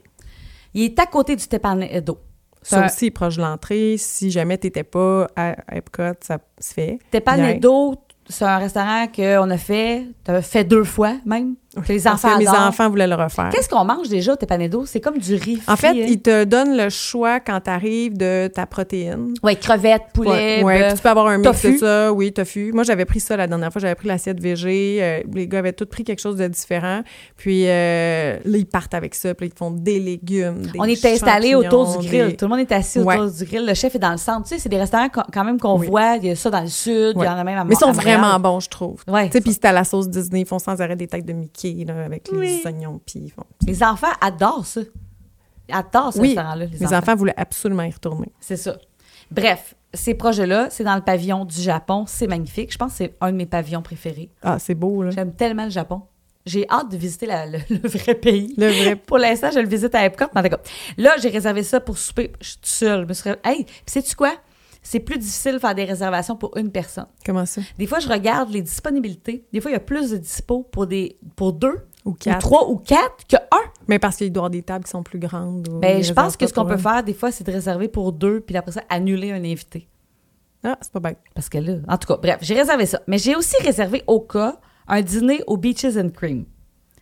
[SPEAKER 1] Il est à côté du Tepan Edo.
[SPEAKER 2] Ça
[SPEAKER 1] Ça-
[SPEAKER 2] aussi, proche de l'entrée. Si jamais tu n'étais pas à à Epcot, ça se fait.
[SPEAKER 1] Tepan
[SPEAKER 2] Bien.
[SPEAKER 1] Edo, c'est un restaurant qu'on a fait, t'as fait deux fois même. que les
[SPEAKER 2] Parce que
[SPEAKER 1] enfants
[SPEAKER 2] mes
[SPEAKER 1] adorent.
[SPEAKER 2] enfants voulaient le refaire.
[SPEAKER 1] Qu'est-ce qu'on mange déjà au Tepan Edo? C'est comme du riz
[SPEAKER 2] En fait,
[SPEAKER 1] frit, hein?
[SPEAKER 2] ils te donnent le choix quand tu arrives de ta protéine.
[SPEAKER 1] Ouais, crevettes, poulet,
[SPEAKER 2] Ouais, ouais, puis
[SPEAKER 1] bœuf.
[SPEAKER 2] tu peux avoir un mix
[SPEAKER 1] tofu.
[SPEAKER 2] de ça, oui, tofu. Moi, j'avais pris ça la dernière fois, j'avais pris l'assiette végé. euh, les gars avaient tous pris quelque chose de différent. Puis euh, là, ils partent avec ça, puis là, ils te font des légumes. Des
[SPEAKER 1] On était installés autour du grill.
[SPEAKER 2] champignons,
[SPEAKER 1] Tout le monde est assis autour
[SPEAKER 2] Ouais.
[SPEAKER 1] du grill. Le chef est dans le centre. Tu sais, c'est des restaurants qu'on- quand même qu'on
[SPEAKER 2] Oui.
[SPEAKER 1] voit. Il y a ça dans le sud, il
[SPEAKER 2] Ouais.
[SPEAKER 1] y en a même à
[SPEAKER 2] des- Mais ils sont
[SPEAKER 1] à Montréal.
[SPEAKER 2] vraiment bons, je trouve.
[SPEAKER 1] Ouais.
[SPEAKER 2] Tu sais, puis c'est à la sauce Disney, ils font sans arrêt des têtes de Mickey là, avec les
[SPEAKER 1] Oui.
[SPEAKER 2] oignons. Puis ils font-
[SPEAKER 1] Les enfants adorent ça. Adorent ce
[SPEAKER 2] Oui,
[SPEAKER 1] restaurant-là, les
[SPEAKER 2] mes
[SPEAKER 1] enfants.
[SPEAKER 2] enfants. voulaient absolument y retourner.
[SPEAKER 1] C'est ça. Bref, ces projets-là, c'est dans le pavillon du Japon. C'est magnifique. Je pense que c'est un de mes pavillons préférés.
[SPEAKER 2] Ah, c'est beau, là.
[SPEAKER 1] J'aime tellement le Japon. J'ai hâte de visiter la- le, le vrai pays.
[SPEAKER 2] Le vrai.
[SPEAKER 1] Pour l'instant, je le visite à Epcot. mais en tout cas, là, j'ai réservé ça pour souper. Je suis toute seule. Je me suis... ré- Hey, puis sais-tu quoi? C'est plus difficile de faire des réservations pour une personne.
[SPEAKER 2] Comment ça?
[SPEAKER 1] Des fois, je regarde les disponibilités. Des fois, il y a plus de dispo pour, des, pour deux,
[SPEAKER 2] Ou
[SPEAKER 1] ou
[SPEAKER 2] quatre.
[SPEAKER 1] trois, ou quatre que un.
[SPEAKER 2] Mais parce qu'il doit y avoir des tables qui sont plus grandes. ou
[SPEAKER 1] Ben,
[SPEAKER 2] ils
[SPEAKER 1] je
[SPEAKER 2] réservent
[SPEAKER 1] pense que
[SPEAKER 2] pas
[SPEAKER 1] ce qu'on
[SPEAKER 2] pour
[SPEAKER 1] peut
[SPEAKER 2] eux.
[SPEAKER 1] faire, des fois, c'est de réserver pour deux, puis après ça, annuler un invité.
[SPEAKER 2] Ah, c'est pas bête.
[SPEAKER 1] Parce que là, en tout cas, bref, j'ai réservé ça. Mais j'ai aussi réservé au cas un dîner au Beaches and Cream.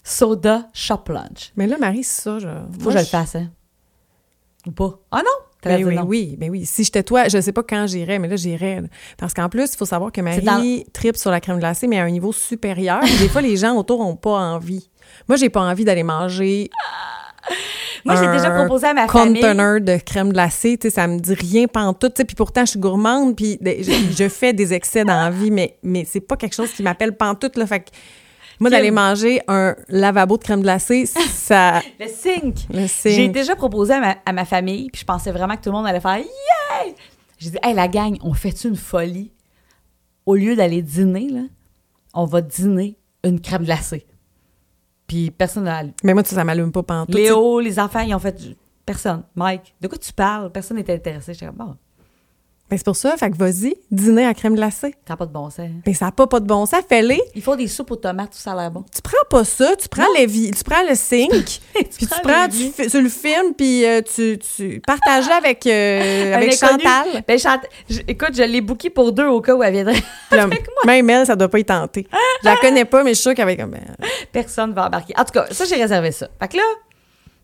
[SPEAKER 1] Soda Shop Lunch.
[SPEAKER 2] Mais là, Marie, ça, je.
[SPEAKER 1] Faut
[SPEAKER 2] moi,
[SPEAKER 1] que je le
[SPEAKER 2] je-
[SPEAKER 1] fasse, hein? Ou pas? Ah non! T'avais dit
[SPEAKER 2] Ben oui,
[SPEAKER 1] non.
[SPEAKER 2] oui, ben oui. Si j'étais toi, je sais pas quand j'irais, mais là, j'irais. là. Parce qu'en plus, il faut savoir que Marie
[SPEAKER 1] dans
[SPEAKER 2] tripe sur la crème glacée, mais à un niveau supérieur. Des fois, les gens autour ont pas envie. Moi, j'ai pas envie d'aller manger.
[SPEAKER 1] Moi, j'ai
[SPEAKER 2] un
[SPEAKER 1] déjà proposé à ma famille.
[SPEAKER 2] container de crème glacée, tu sais, ça me dit rien pantoute, tu sais, puis pourtant je suis gourmande, puis de- je, je fais des excès dans la vie, mais mais c'est pas quelque chose qui m'appelle pantoute là, fait que moi
[SPEAKER 1] Kim.
[SPEAKER 2] d'aller manger un lavabo de crème glacée, ça
[SPEAKER 1] Le sink!
[SPEAKER 2] le
[SPEAKER 1] J'ai
[SPEAKER 2] signe.
[SPEAKER 1] déjà proposé à ma, à ma famille, puis je pensais vraiment que tout le monde allait faire Yay! J'ai dit, hey, la gang, on fait une folie? Au lieu d'aller dîner, là, on va dîner une crème glacée. Puis personne n'a.
[SPEAKER 2] Mais moi, tu sais, ça m'allume pas pantoute.
[SPEAKER 1] Léo, les enfants, ils ont fait. Personne. Mike, de quoi tu parles? Personne n'était intéressé. J'étais comme, bon,
[SPEAKER 2] Mais c'est pour ça, fait que vas-y, dîner à crème glacée.
[SPEAKER 1] ça n'a pas de bon sens. hein.
[SPEAKER 2] Mais ça n'a pas, pas de bon sens. Fais-les.
[SPEAKER 1] Ils font des soupes aux tomates, tout ça a l'air bon.
[SPEAKER 2] Tu prends pas ça, tu prends, les vi- tu prends le sink,
[SPEAKER 1] Tu
[SPEAKER 2] puis tu
[SPEAKER 1] prends
[SPEAKER 2] prends,
[SPEAKER 1] les
[SPEAKER 2] tu,
[SPEAKER 1] vies.
[SPEAKER 2] fi- tu le filmes, puis euh, tu, tu partages avec, euh,
[SPEAKER 1] Un
[SPEAKER 2] avec
[SPEAKER 1] inconnu.
[SPEAKER 2] Chantal.
[SPEAKER 1] Ben, Chant- je- écoute, je l'ai booké pour deux au cas où elle viendrait.
[SPEAKER 2] Puis là, Même elle, ça doit pas y tenter. Je
[SPEAKER 1] Ah!
[SPEAKER 2] la connais pas, mais je suis sûre qu'elle va être comme. euh,
[SPEAKER 1] personne va embarquer. En tout cas, ça, j'ai réservé ça. Fait que là,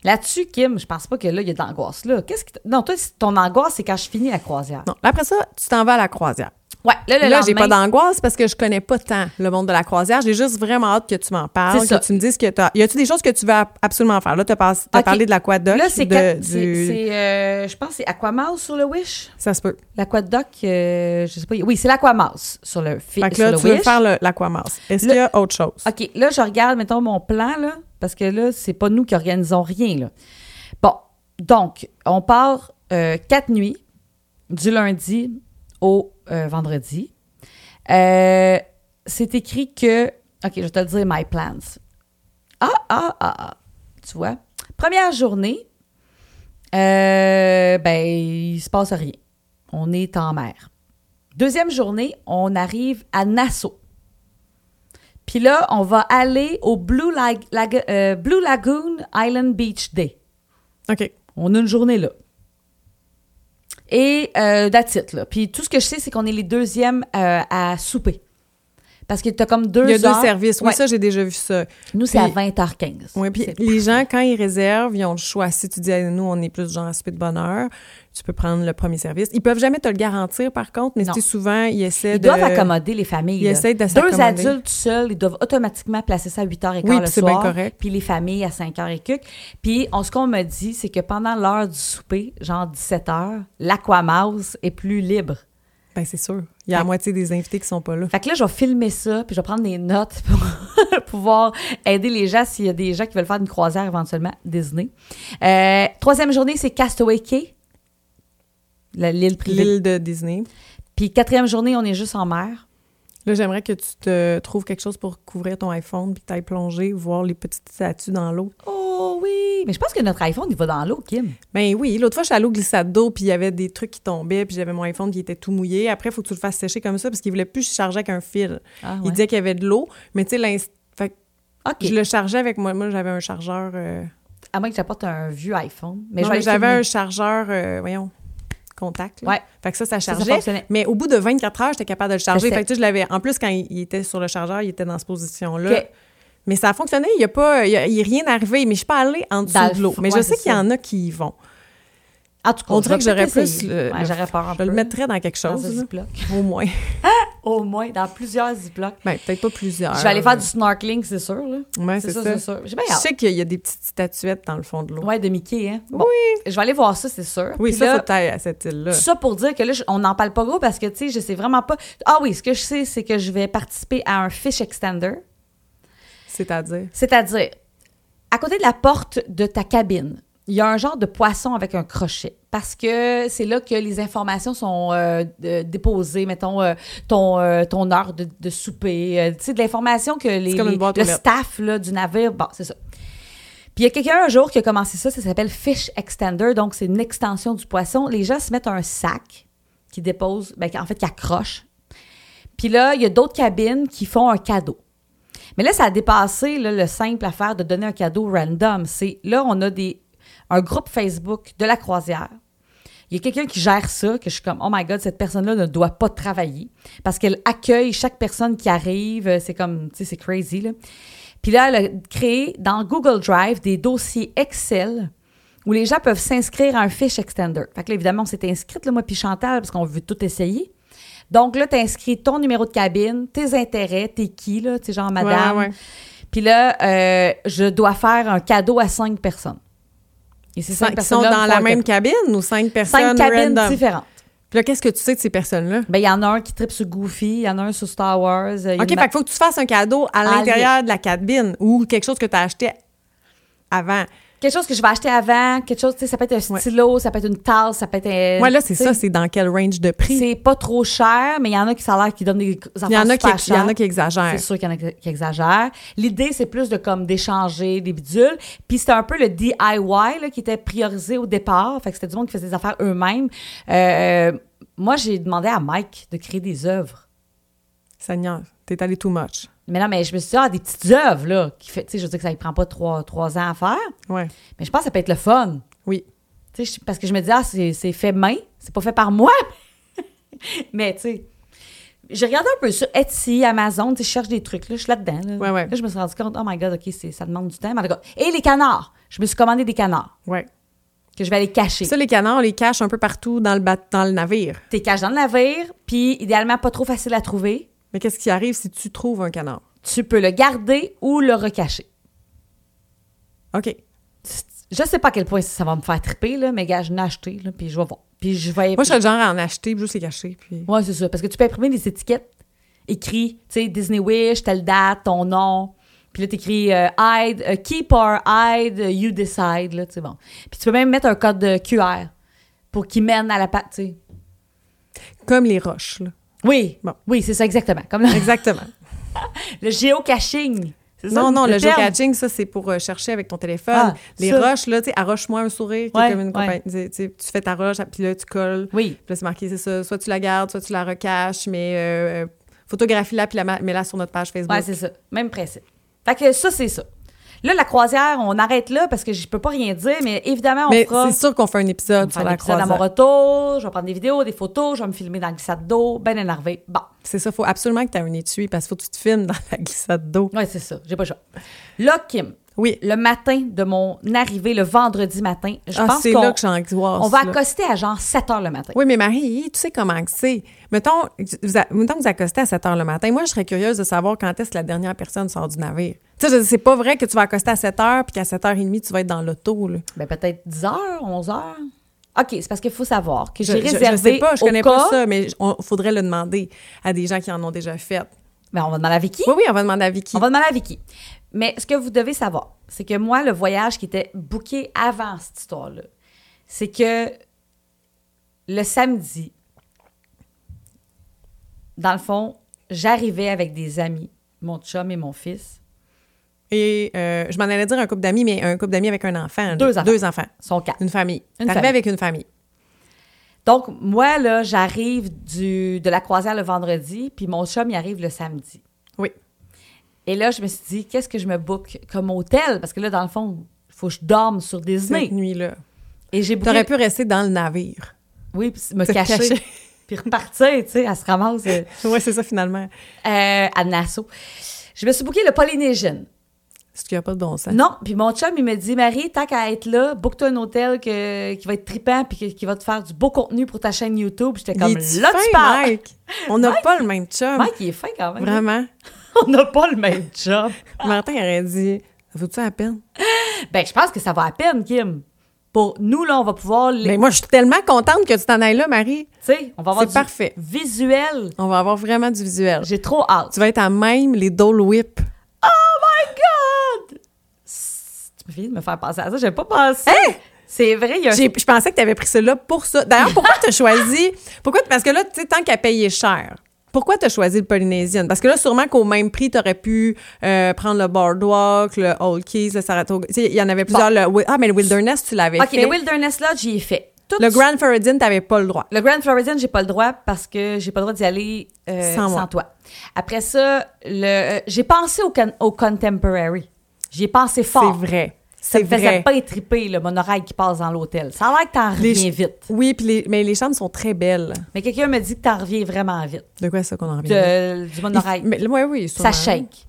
[SPEAKER 1] là-dessus, Kim, je pense pas que là, il y a d'angoisse. Là, qu'est-ce que. t- Non, toi, c'est- ton angoisse, c'est quand je finis la croisière.
[SPEAKER 2] Non. Après ça, tu t'en vas à la croisière.
[SPEAKER 1] Ouais, là, le
[SPEAKER 2] là, j'ai pas
[SPEAKER 1] lendemain-
[SPEAKER 2] d'angoisse parce que je connais pas tant le monde de la croisière. J'ai juste vraiment hâte que tu m'en parles,
[SPEAKER 1] C'est ça.
[SPEAKER 2] que tu me dises que t'as. Y a-tu des choses que tu veux ab- absolument faire? Là, t'as pas- t'as
[SPEAKER 1] Ok.
[SPEAKER 2] parlé de l'aquadoc.
[SPEAKER 1] Là, c'est.
[SPEAKER 2] de-
[SPEAKER 1] quatre-
[SPEAKER 2] du-
[SPEAKER 1] c'est- c'est, euh, je pense que c'est Aquamouse sur le Wish.
[SPEAKER 2] Ça se peut.
[SPEAKER 1] L'aquadoc, euh, je sais pas. Oui, c'est l'Aquamouse sur le, fi-
[SPEAKER 2] Fait que
[SPEAKER 1] sur
[SPEAKER 2] là,
[SPEAKER 1] le
[SPEAKER 2] tu veux
[SPEAKER 1] Wish.
[SPEAKER 2] faire le- l'aquamasse. Est-ce
[SPEAKER 1] Le-
[SPEAKER 2] qu'il y a autre chose?
[SPEAKER 1] OK, là, je regarde, mettons, mon plan, là, parce que là, c'est pas nous qui organisons rien, là. Bon, donc, on part euh, quatre nuits, du lundi au euh, vendredi. Euh, c'est écrit que... OK, je vais te le dire, my plans. Ah, ah, ah, ah. Tu vois? Première journée, euh, ben, il se passe rien. On est en mer. Deuxième journée, on arrive à Nassau. Puis là, on va aller au Blue, Lag- Lag- euh, Blue Lagoon Island Beach Day.
[SPEAKER 2] OK.
[SPEAKER 1] On a une journée là. Et euh, that's it, là. Puis tout ce que je sais, c'est qu'on est les deuxièmes euh, à souper. Parce que t'as comme deux
[SPEAKER 2] Il y a
[SPEAKER 1] heures.
[SPEAKER 2] deux services. Oui,
[SPEAKER 1] Ouais.
[SPEAKER 2] ça, j'ai déjà vu ça.
[SPEAKER 1] Nous, c'est
[SPEAKER 2] Puis-
[SPEAKER 1] à 20h15.
[SPEAKER 2] Oui, puis
[SPEAKER 1] C'est-
[SPEAKER 2] les gens, quand ils réservent, ils ont le choix. Si tu dis, Ah, nous, on est plus genre à souper de bonheur, tu peux prendre le premier service. Ils peuvent jamais te le garantir, par contre, mais
[SPEAKER 1] Non.
[SPEAKER 2] tu sais, souvent, ils essaient
[SPEAKER 1] Ils
[SPEAKER 2] de.
[SPEAKER 1] doivent accommoder les familles.
[SPEAKER 2] Ils
[SPEAKER 1] là.
[SPEAKER 2] essayent de
[SPEAKER 1] Deux
[SPEAKER 2] s'accommoder.
[SPEAKER 1] adultes seuls, ils doivent automatiquement placer ça à 8h15
[SPEAKER 2] Oui,
[SPEAKER 1] le
[SPEAKER 2] puis c'est bien
[SPEAKER 1] soir,
[SPEAKER 2] correct.
[SPEAKER 1] Puis les familles à 5h et quelques. Puis on, ce qu'on me dit, c'est que pendant l'heure du souper, genre 17h, l'Aquamouse est plus libre.
[SPEAKER 2] Ben, c'est sûr. Il y a la moitié des invités qui sont pas là.
[SPEAKER 1] Fait que là, je vais filmer ça, puis je vais prendre des notes pour pouvoir aider les gens s'il y a des gens qui veulent faire une croisière éventuellement Disney. Euh, troisième journée, c'est Castaway Cay, la- l'île privée.
[SPEAKER 2] L'île de Disney.
[SPEAKER 1] Puis quatrième journée, on est juste en mer.
[SPEAKER 2] Là, j'aimerais que tu te trouves quelque chose pour couvrir ton iPhone puis que t'ailles plonger, voir les petites statues dans l'eau.
[SPEAKER 1] Oh oui! Mais je pense que notre iPhone, il va dans l'eau, Kim.
[SPEAKER 2] Ben oui, l'autre fois, je suis allée au glissade d'eau, puis il y avait des trucs qui tombaient, puis j'avais mon iPhone qui était tout mouillé. Après, il faut que tu le fasses sécher comme ça, parce qu'il voulait plus que je charger avec un fil.
[SPEAKER 1] Ah,
[SPEAKER 2] Il disait qu'il y avait de l'eau, mais tu sais, l'inst- fait que
[SPEAKER 1] OK.
[SPEAKER 2] je le chargeais avec moi. Moi, j'avais un chargeur... euh,
[SPEAKER 1] À moins que j'apporte un vieux iPhone. Mais
[SPEAKER 2] non,
[SPEAKER 1] je vais
[SPEAKER 2] mais
[SPEAKER 1] aller
[SPEAKER 2] j'avais
[SPEAKER 1] filmer.
[SPEAKER 2] un chargeur, euh, voyons, contact. là.
[SPEAKER 1] Ouais.
[SPEAKER 2] Fait que ça, ça
[SPEAKER 1] Ça, ça
[SPEAKER 2] chargeait.
[SPEAKER 1] fonctionnait.
[SPEAKER 2] mais au bout de 24 heures, j'étais capable de le charger.
[SPEAKER 1] Je sais.
[SPEAKER 2] Fait que tu sais, je l'avais... En plus, quand il il était sur le chargeur, il était dans cette position-là.
[SPEAKER 1] OK.
[SPEAKER 2] Mais ça a fonctionné. Il n'y a pas... Il y a- il y a rien arrivé, mais je suis pas allée en dessous
[SPEAKER 1] Dans le
[SPEAKER 2] de l'eau.
[SPEAKER 1] froid,
[SPEAKER 2] Mais je sais
[SPEAKER 1] c'est
[SPEAKER 2] qu'il y en a qui y vont.
[SPEAKER 1] En tout cas,
[SPEAKER 2] On
[SPEAKER 1] je vais
[SPEAKER 2] dirait que j'aurais
[SPEAKER 1] peut-être
[SPEAKER 2] plus
[SPEAKER 1] essayer.
[SPEAKER 2] le-
[SPEAKER 1] Ouais,
[SPEAKER 2] le-
[SPEAKER 1] j'aurais peur un
[SPEAKER 2] Je
[SPEAKER 1] peu.
[SPEAKER 2] le mettrais dans quelque
[SPEAKER 1] dans
[SPEAKER 2] chose,
[SPEAKER 1] un
[SPEAKER 2] là,
[SPEAKER 1] Ziploc.
[SPEAKER 2] au moins.
[SPEAKER 1] Au moins, dans plusieurs Ziplocs.
[SPEAKER 2] Ben, peut-être pas plusieurs.
[SPEAKER 1] Je vais aller faire du snorkeling, c'est sûr. Là.
[SPEAKER 2] Ouais,
[SPEAKER 1] C'est
[SPEAKER 2] c'est
[SPEAKER 1] ça,
[SPEAKER 2] ça.
[SPEAKER 1] c'est sûr. J'ai bien
[SPEAKER 2] Je
[SPEAKER 1] hâte.
[SPEAKER 2] sais qu'il y a des petites statuettes dans le fond de l'eau.
[SPEAKER 1] Ouais, de Mickey, hein? oui. Je vais aller voir ça, c'est sûr.
[SPEAKER 2] Oui,
[SPEAKER 1] Puis
[SPEAKER 2] ça,
[SPEAKER 1] là,
[SPEAKER 2] faut tailler à cette île-là.
[SPEAKER 1] ça pour dire que là, je- on n'en parle pas gros parce que, tu sais, je sais vraiment pas. Ah oui, ce que je sais, c'est que je vais participer à un fish extender,
[SPEAKER 2] C'est-à-dire.
[SPEAKER 1] c'est-à-dire, à côté de la porte de ta cabine, il y a un genre de poisson avec un crochet. Parce que c'est là que les informations sont euh, de- déposées, mettons, euh, ton, euh, ton heure de, de souper, euh, tu sais, de l'information que les,
[SPEAKER 2] C'est comme une
[SPEAKER 1] les-
[SPEAKER 2] boîte aux
[SPEAKER 1] le
[SPEAKER 2] lettres.
[SPEAKER 1] staff là, du navire, bon, c'est ça. Puis il y a quelqu'un un jour qui a commencé ça, ça s'appelle Fish Extender, donc c'est une extension du poisson. Les gens se mettent un sac qui dépose, ben, en fait, qui accroche. Puis là, il y a d'autres cabines qui font un cadeau. Mais là, ça a dépassé là, le simple affaire de donner un cadeau random. C'est là, on a des, un groupe Facebook de la croisière. Il y a quelqu'un qui gère ça, que je suis comme, oh my god, cette personne-là ne doit pas travailler parce qu'elle accueille chaque personne qui arrive. Euh, C'est comme, tu sais, c'est crazy, là. Puis là, elle a créé dans Google Drive des dossiers Excel où les gens peuvent s'inscrire à un fiche extender. Fait que là, évidemment, on s'est inscrite, là, moi puis Chantal, parce qu'on veut tout essayer. Donc là, tu inscrit ton numéro de cabine, tes intérêts, t'es qui, là, tu sais, genre madame.
[SPEAKER 2] Ouais, ouais.
[SPEAKER 1] Puis là, euh, je dois faire un cadeau à cinq personnes. Et ces
[SPEAKER 2] Ils sont
[SPEAKER 1] personnes-là me
[SPEAKER 2] dans
[SPEAKER 1] font
[SPEAKER 2] la
[SPEAKER 1] un
[SPEAKER 2] même
[SPEAKER 1] cadeau.
[SPEAKER 2] cabine ou cinq
[SPEAKER 1] Cinq
[SPEAKER 2] personnes
[SPEAKER 1] cabines
[SPEAKER 2] random?
[SPEAKER 1] différentes.
[SPEAKER 2] Puis là, qu'est-ce que tu sais de ces personnes-là?
[SPEAKER 1] Ben, il y en a un qui tripe sur Goofy, il y en a un sur Star Wars. euh, il y en
[SPEAKER 2] OK,
[SPEAKER 1] a-
[SPEAKER 2] fait qu'il faut que tu fasses un cadeau à l'intérieur de la cabine ou quelque chose que tu as acheté avant.
[SPEAKER 1] Quelque chose que je vais acheter avant, quelque chose, tu sais, ça peut être un
[SPEAKER 2] Ouais.
[SPEAKER 1] stylo, ça peut être une tasse, ça peut être. euh,
[SPEAKER 2] Moi, là,
[SPEAKER 1] tu
[SPEAKER 2] c'est
[SPEAKER 1] sais,
[SPEAKER 2] ça, c'est dans quel range de prix?
[SPEAKER 1] C'est pas trop cher, mais il y en a qui, ça a l'air, qui donnent des affaires
[SPEAKER 2] Il y en a qui,
[SPEAKER 1] super
[SPEAKER 2] il y en
[SPEAKER 1] chères.
[SPEAKER 2] a qui exagèrent.
[SPEAKER 1] C'est sûr qu'il y en a qui qui exagèrent. L'idée, c'est plus de comme d'échanger des bidules. Puis c'était un peu le DIY là, qui était priorisé au départ. Fait que c'était du monde qui faisait des affaires eux-mêmes. Euh, moi, j'ai demandé à Mike de créer des œuvres.
[SPEAKER 2] Seigneur, t'es allé too much.
[SPEAKER 1] Mais non, mais je me suis dit, ah, des petites œuvres, là, qui fait, tu sais, je veux dire que ça ne prend pas trois, trois ans à faire.
[SPEAKER 2] Ouais.
[SPEAKER 1] Mais je pense que ça peut être le fun.
[SPEAKER 2] Oui.
[SPEAKER 1] Tu sais, je- parce que je me dis, ah, c'est c'est fait main, c'est pas fait par moi. mais, tu sais, j'ai regardé un peu sur Etsy, Amazon, tu sais, je cherche des trucs, là, je suis là-dedans. Là.
[SPEAKER 2] Ouais, ouais.
[SPEAKER 1] Là, je me suis rendu compte, oh my God, OK, c'est- ça demande du temps. mais en tout cas, et les canards. Je me suis commandé des canards
[SPEAKER 2] Ouais.
[SPEAKER 1] que je vais aller cacher.
[SPEAKER 2] Ça, les canards, on les cache un peu partout dans le, bat- dans le navire.
[SPEAKER 1] T'es caches dans le navire, puis idéalement pas trop facile à trouver.
[SPEAKER 2] Mais qu'est-ce qui arrive si tu trouves un canard?
[SPEAKER 1] Tu peux le garder ou le recacher.
[SPEAKER 2] OK.
[SPEAKER 1] Je sais pas à quel point ça va me faire triper, là, mais gars, je l'ai acheté, là, puis je vais voir. Puis je vais.
[SPEAKER 2] Moi, je suis le genre à en acheter, puis juste les cacher. Puis...
[SPEAKER 1] Ouais, c'est ça. Parce que tu peux imprimer des étiquettes écrites, tu sais, Disney Wish, telle date, ton nom. Puis là, t'écris euh, hide, euh, keep or hide, euh, you decide, là, tu sais, bon. Puis tu peux même mettre un code de QR pour qu'il mène à la pâte, tu sais.
[SPEAKER 2] Comme les roches, là.
[SPEAKER 1] Oui,
[SPEAKER 2] Bon.
[SPEAKER 1] oui, c'est ça, exactement. Comme le,
[SPEAKER 2] Exactement.
[SPEAKER 1] le géocaching. C'est ça,
[SPEAKER 2] non, non, le
[SPEAKER 1] terme?
[SPEAKER 2] geocaching, ça, c'est pour euh, chercher avec ton téléphone.
[SPEAKER 1] Ah,
[SPEAKER 2] les
[SPEAKER 1] ça.
[SPEAKER 2] roches, là, tu sais, arroche-moi un sourire, qui est
[SPEAKER 1] Ouais,
[SPEAKER 2] comme une
[SPEAKER 1] ouais.
[SPEAKER 2] compagnie. tu sais, Tu tu fais ta roche, puis là, tu colles.
[SPEAKER 1] Oui,
[SPEAKER 2] Puis là, c'est marqué, c'est ça. Soit tu la gardes, soit tu la recaches, mais euh, euh, photographie-la, puis la ma- mets-la sur notre page Facebook.
[SPEAKER 1] ouais, c'est ça. Même principe. Fait que ça, c'est ça. Là, la croisière, on arrête là parce que je peux pas rien dire, mais évidemment, on
[SPEAKER 2] mais
[SPEAKER 1] fera...
[SPEAKER 2] c'est sûr qu'on fait un épisode
[SPEAKER 1] Je vais
[SPEAKER 2] sur
[SPEAKER 1] faire un
[SPEAKER 2] la
[SPEAKER 1] épisode à
[SPEAKER 2] croisière.
[SPEAKER 1] mon retour, je vais prendre des vidéos, des photos, je vais me filmer dans le glissade d'eau, ben énervé. Bon,
[SPEAKER 2] C'est ça, faut absolument que tu aies un étui, parce qu'il faut que tu te filmes dans la glissade d'eau.
[SPEAKER 1] ouais, c'est ça, j'ai pas le choix. Là, Kim,
[SPEAKER 2] Oui.
[SPEAKER 1] le matin de mon arrivée, le vendredi matin, je
[SPEAKER 2] Ah,
[SPEAKER 1] pense
[SPEAKER 2] c'est là que
[SPEAKER 1] qu'on
[SPEAKER 2] j'angoisse.
[SPEAKER 1] on va
[SPEAKER 2] là.
[SPEAKER 1] accoster à genre 7 heures le matin.
[SPEAKER 2] Oui, mais Marie, tu sais comment que c'est. Mettons, vous a- mettons que vous accostez à 7 h le matin. Moi, je serais curieuse de savoir quand est-ce que la dernière personne sort du navire. Tu sais, je- c'est pas vrai que tu vas accoster à 7 h puis qu'à 7 h 30, tu vas être dans l'auto. là.
[SPEAKER 1] Ben peut-être 10 heures, 11 heures. OK, c'est parce qu'il faut savoir que
[SPEAKER 2] Je,
[SPEAKER 1] j'ai
[SPEAKER 2] je- je
[SPEAKER 1] réservé.
[SPEAKER 2] sais pas, je
[SPEAKER 1] au
[SPEAKER 2] connais
[SPEAKER 1] cas-
[SPEAKER 2] pas ça, mais il faudrait le demander à des gens qui en ont déjà fait.
[SPEAKER 1] Ben, on va demander à Vicky.
[SPEAKER 2] Oui, oui, on va demander à Vicky.
[SPEAKER 1] On va demander à Vicky. Mais ce que vous devez savoir, c'est que moi, le voyage qui était booké avant cette histoire-là, c'est que le samedi, dans le fond, j'arrivais avec des amis, mon chum et mon fils.
[SPEAKER 2] Et euh, je m'en allais dire un couple d'amis, mais un couple d'amis avec un enfant. là.
[SPEAKER 1] Deux enfants.
[SPEAKER 2] Deux enfants.
[SPEAKER 1] Son quatre.
[SPEAKER 2] Une famille.
[SPEAKER 1] Une
[SPEAKER 2] T'arrivais
[SPEAKER 1] famille.
[SPEAKER 2] avec une famille.
[SPEAKER 1] Donc, moi, là, j'arrive du- de la croisière le vendredi, puis mon chum, il arrive le samedi.
[SPEAKER 2] Oui.
[SPEAKER 1] Et là, je me suis dit, qu'est-ce que je me book comme hôtel? Parce que là, dans le fond, il faut que je dorme sur
[SPEAKER 2] Cette
[SPEAKER 1] Disney.
[SPEAKER 2] nuit-là.
[SPEAKER 1] Et j'ai booké-
[SPEAKER 2] T'aurais pu rester dans le navire.
[SPEAKER 1] Oui, puis me
[SPEAKER 2] Te
[SPEAKER 1] cacher.
[SPEAKER 2] cacher.
[SPEAKER 1] puis repartir, tu sais, elle se ramasse euh,
[SPEAKER 2] Oui, c'est ça, finalement.
[SPEAKER 1] euh, à Nassau. Je me suis booké le Polynesian.
[SPEAKER 2] Parce qu'il n'y a pas de bon sens.
[SPEAKER 1] Non, puis mon chum, il me dit, Marie, tant qu'à être là, book-toi un hôtel que- qui va être trippant puis qui- qui va te faire du beau contenu pour ta chaîne YouTube. J'étais comme,
[SPEAKER 2] Il
[SPEAKER 1] là,
[SPEAKER 2] est-tu
[SPEAKER 1] tu
[SPEAKER 2] fin,
[SPEAKER 1] parles.
[SPEAKER 2] Mike? On n'a pas le même chum.
[SPEAKER 1] Mike, il est fin quand même.
[SPEAKER 2] Vraiment.
[SPEAKER 1] On n'a pas le même job.
[SPEAKER 2] Martin aurait dit Ça Vaut-tu la peine?
[SPEAKER 1] Ben, je pense que ça va à peine, Kim. Pour nous, là, on va pouvoir... les-
[SPEAKER 2] Mais moi, je suis tellement contente que tu t'en ailles là, Marie.
[SPEAKER 1] tu sais, on va avoir
[SPEAKER 2] Ben, C'est
[SPEAKER 1] du
[SPEAKER 2] parfait.
[SPEAKER 1] visuel.
[SPEAKER 2] On va avoir vraiment du visuel.
[SPEAKER 1] J'ai trop hâte.
[SPEAKER 2] Tu vas être à même les Dole Whip.
[SPEAKER 1] Oh Tu me viens de me faire penser à ça. J'ai pas pensé. C'est vrai, il y a un...
[SPEAKER 2] J'ai- Je pensais que tu avais pris celui-là pour ça. D'ailleurs, pourquoi tu as choisi. Pourquoi, parce que là, tu sais, tant qu'à payer cher, pourquoi tu as choisi le Polynésien? Parce que là, sûrement qu'au même prix, tu aurais pu euh, prendre le Boardwalk, le Old Keys, le Saratoga. Tu sais, il y en avait plusieurs. le Wi- ah, mais le Wilderness, tu l'avais
[SPEAKER 1] OK,
[SPEAKER 2] fait.
[SPEAKER 1] le Wilderness Lodge, j'y ai fait. Tout-
[SPEAKER 2] Le Grand Floridian, tu n'avais pas le droit.
[SPEAKER 1] Le Grand Floridian, j'ai pas le droit parce que j'ai pas le droit d'y aller euh,
[SPEAKER 2] Sans
[SPEAKER 1] sans,
[SPEAKER 2] moi.
[SPEAKER 1] toi. Après ça, le... euh, j'ai pensé au, con- au Contemporary. J'y ai pensé
[SPEAKER 2] C'est
[SPEAKER 1] fort.
[SPEAKER 2] vrai.
[SPEAKER 1] Ça
[SPEAKER 2] C'est
[SPEAKER 1] me faisait
[SPEAKER 2] vrai.
[SPEAKER 1] pas étriper, le monorail qui passe dans l'hôtel. Ça a l'air que t'en
[SPEAKER 2] Les
[SPEAKER 1] reviens
[SPEAKER 2] ch-
[SPEAKER 1] vite.
[SPEAKER 2] Oui, puis les- mais les chambres sont très belles.
[SPEAKER 1] Mais quelqu'un me dit que t'en reviens vraiment vite.
[SPEAKER 2] De quoi ça qu'on en revient?
[SPEAKER 1] de- du
[SPEAKER 2] Il-
[SPEAKER 1] monorail.
[SPEAKER 2] mais, ouais, oui,
[SPEAKER 1] Ça
[SPEAKER 2] sûrement.
[SPEAKER 1] shake.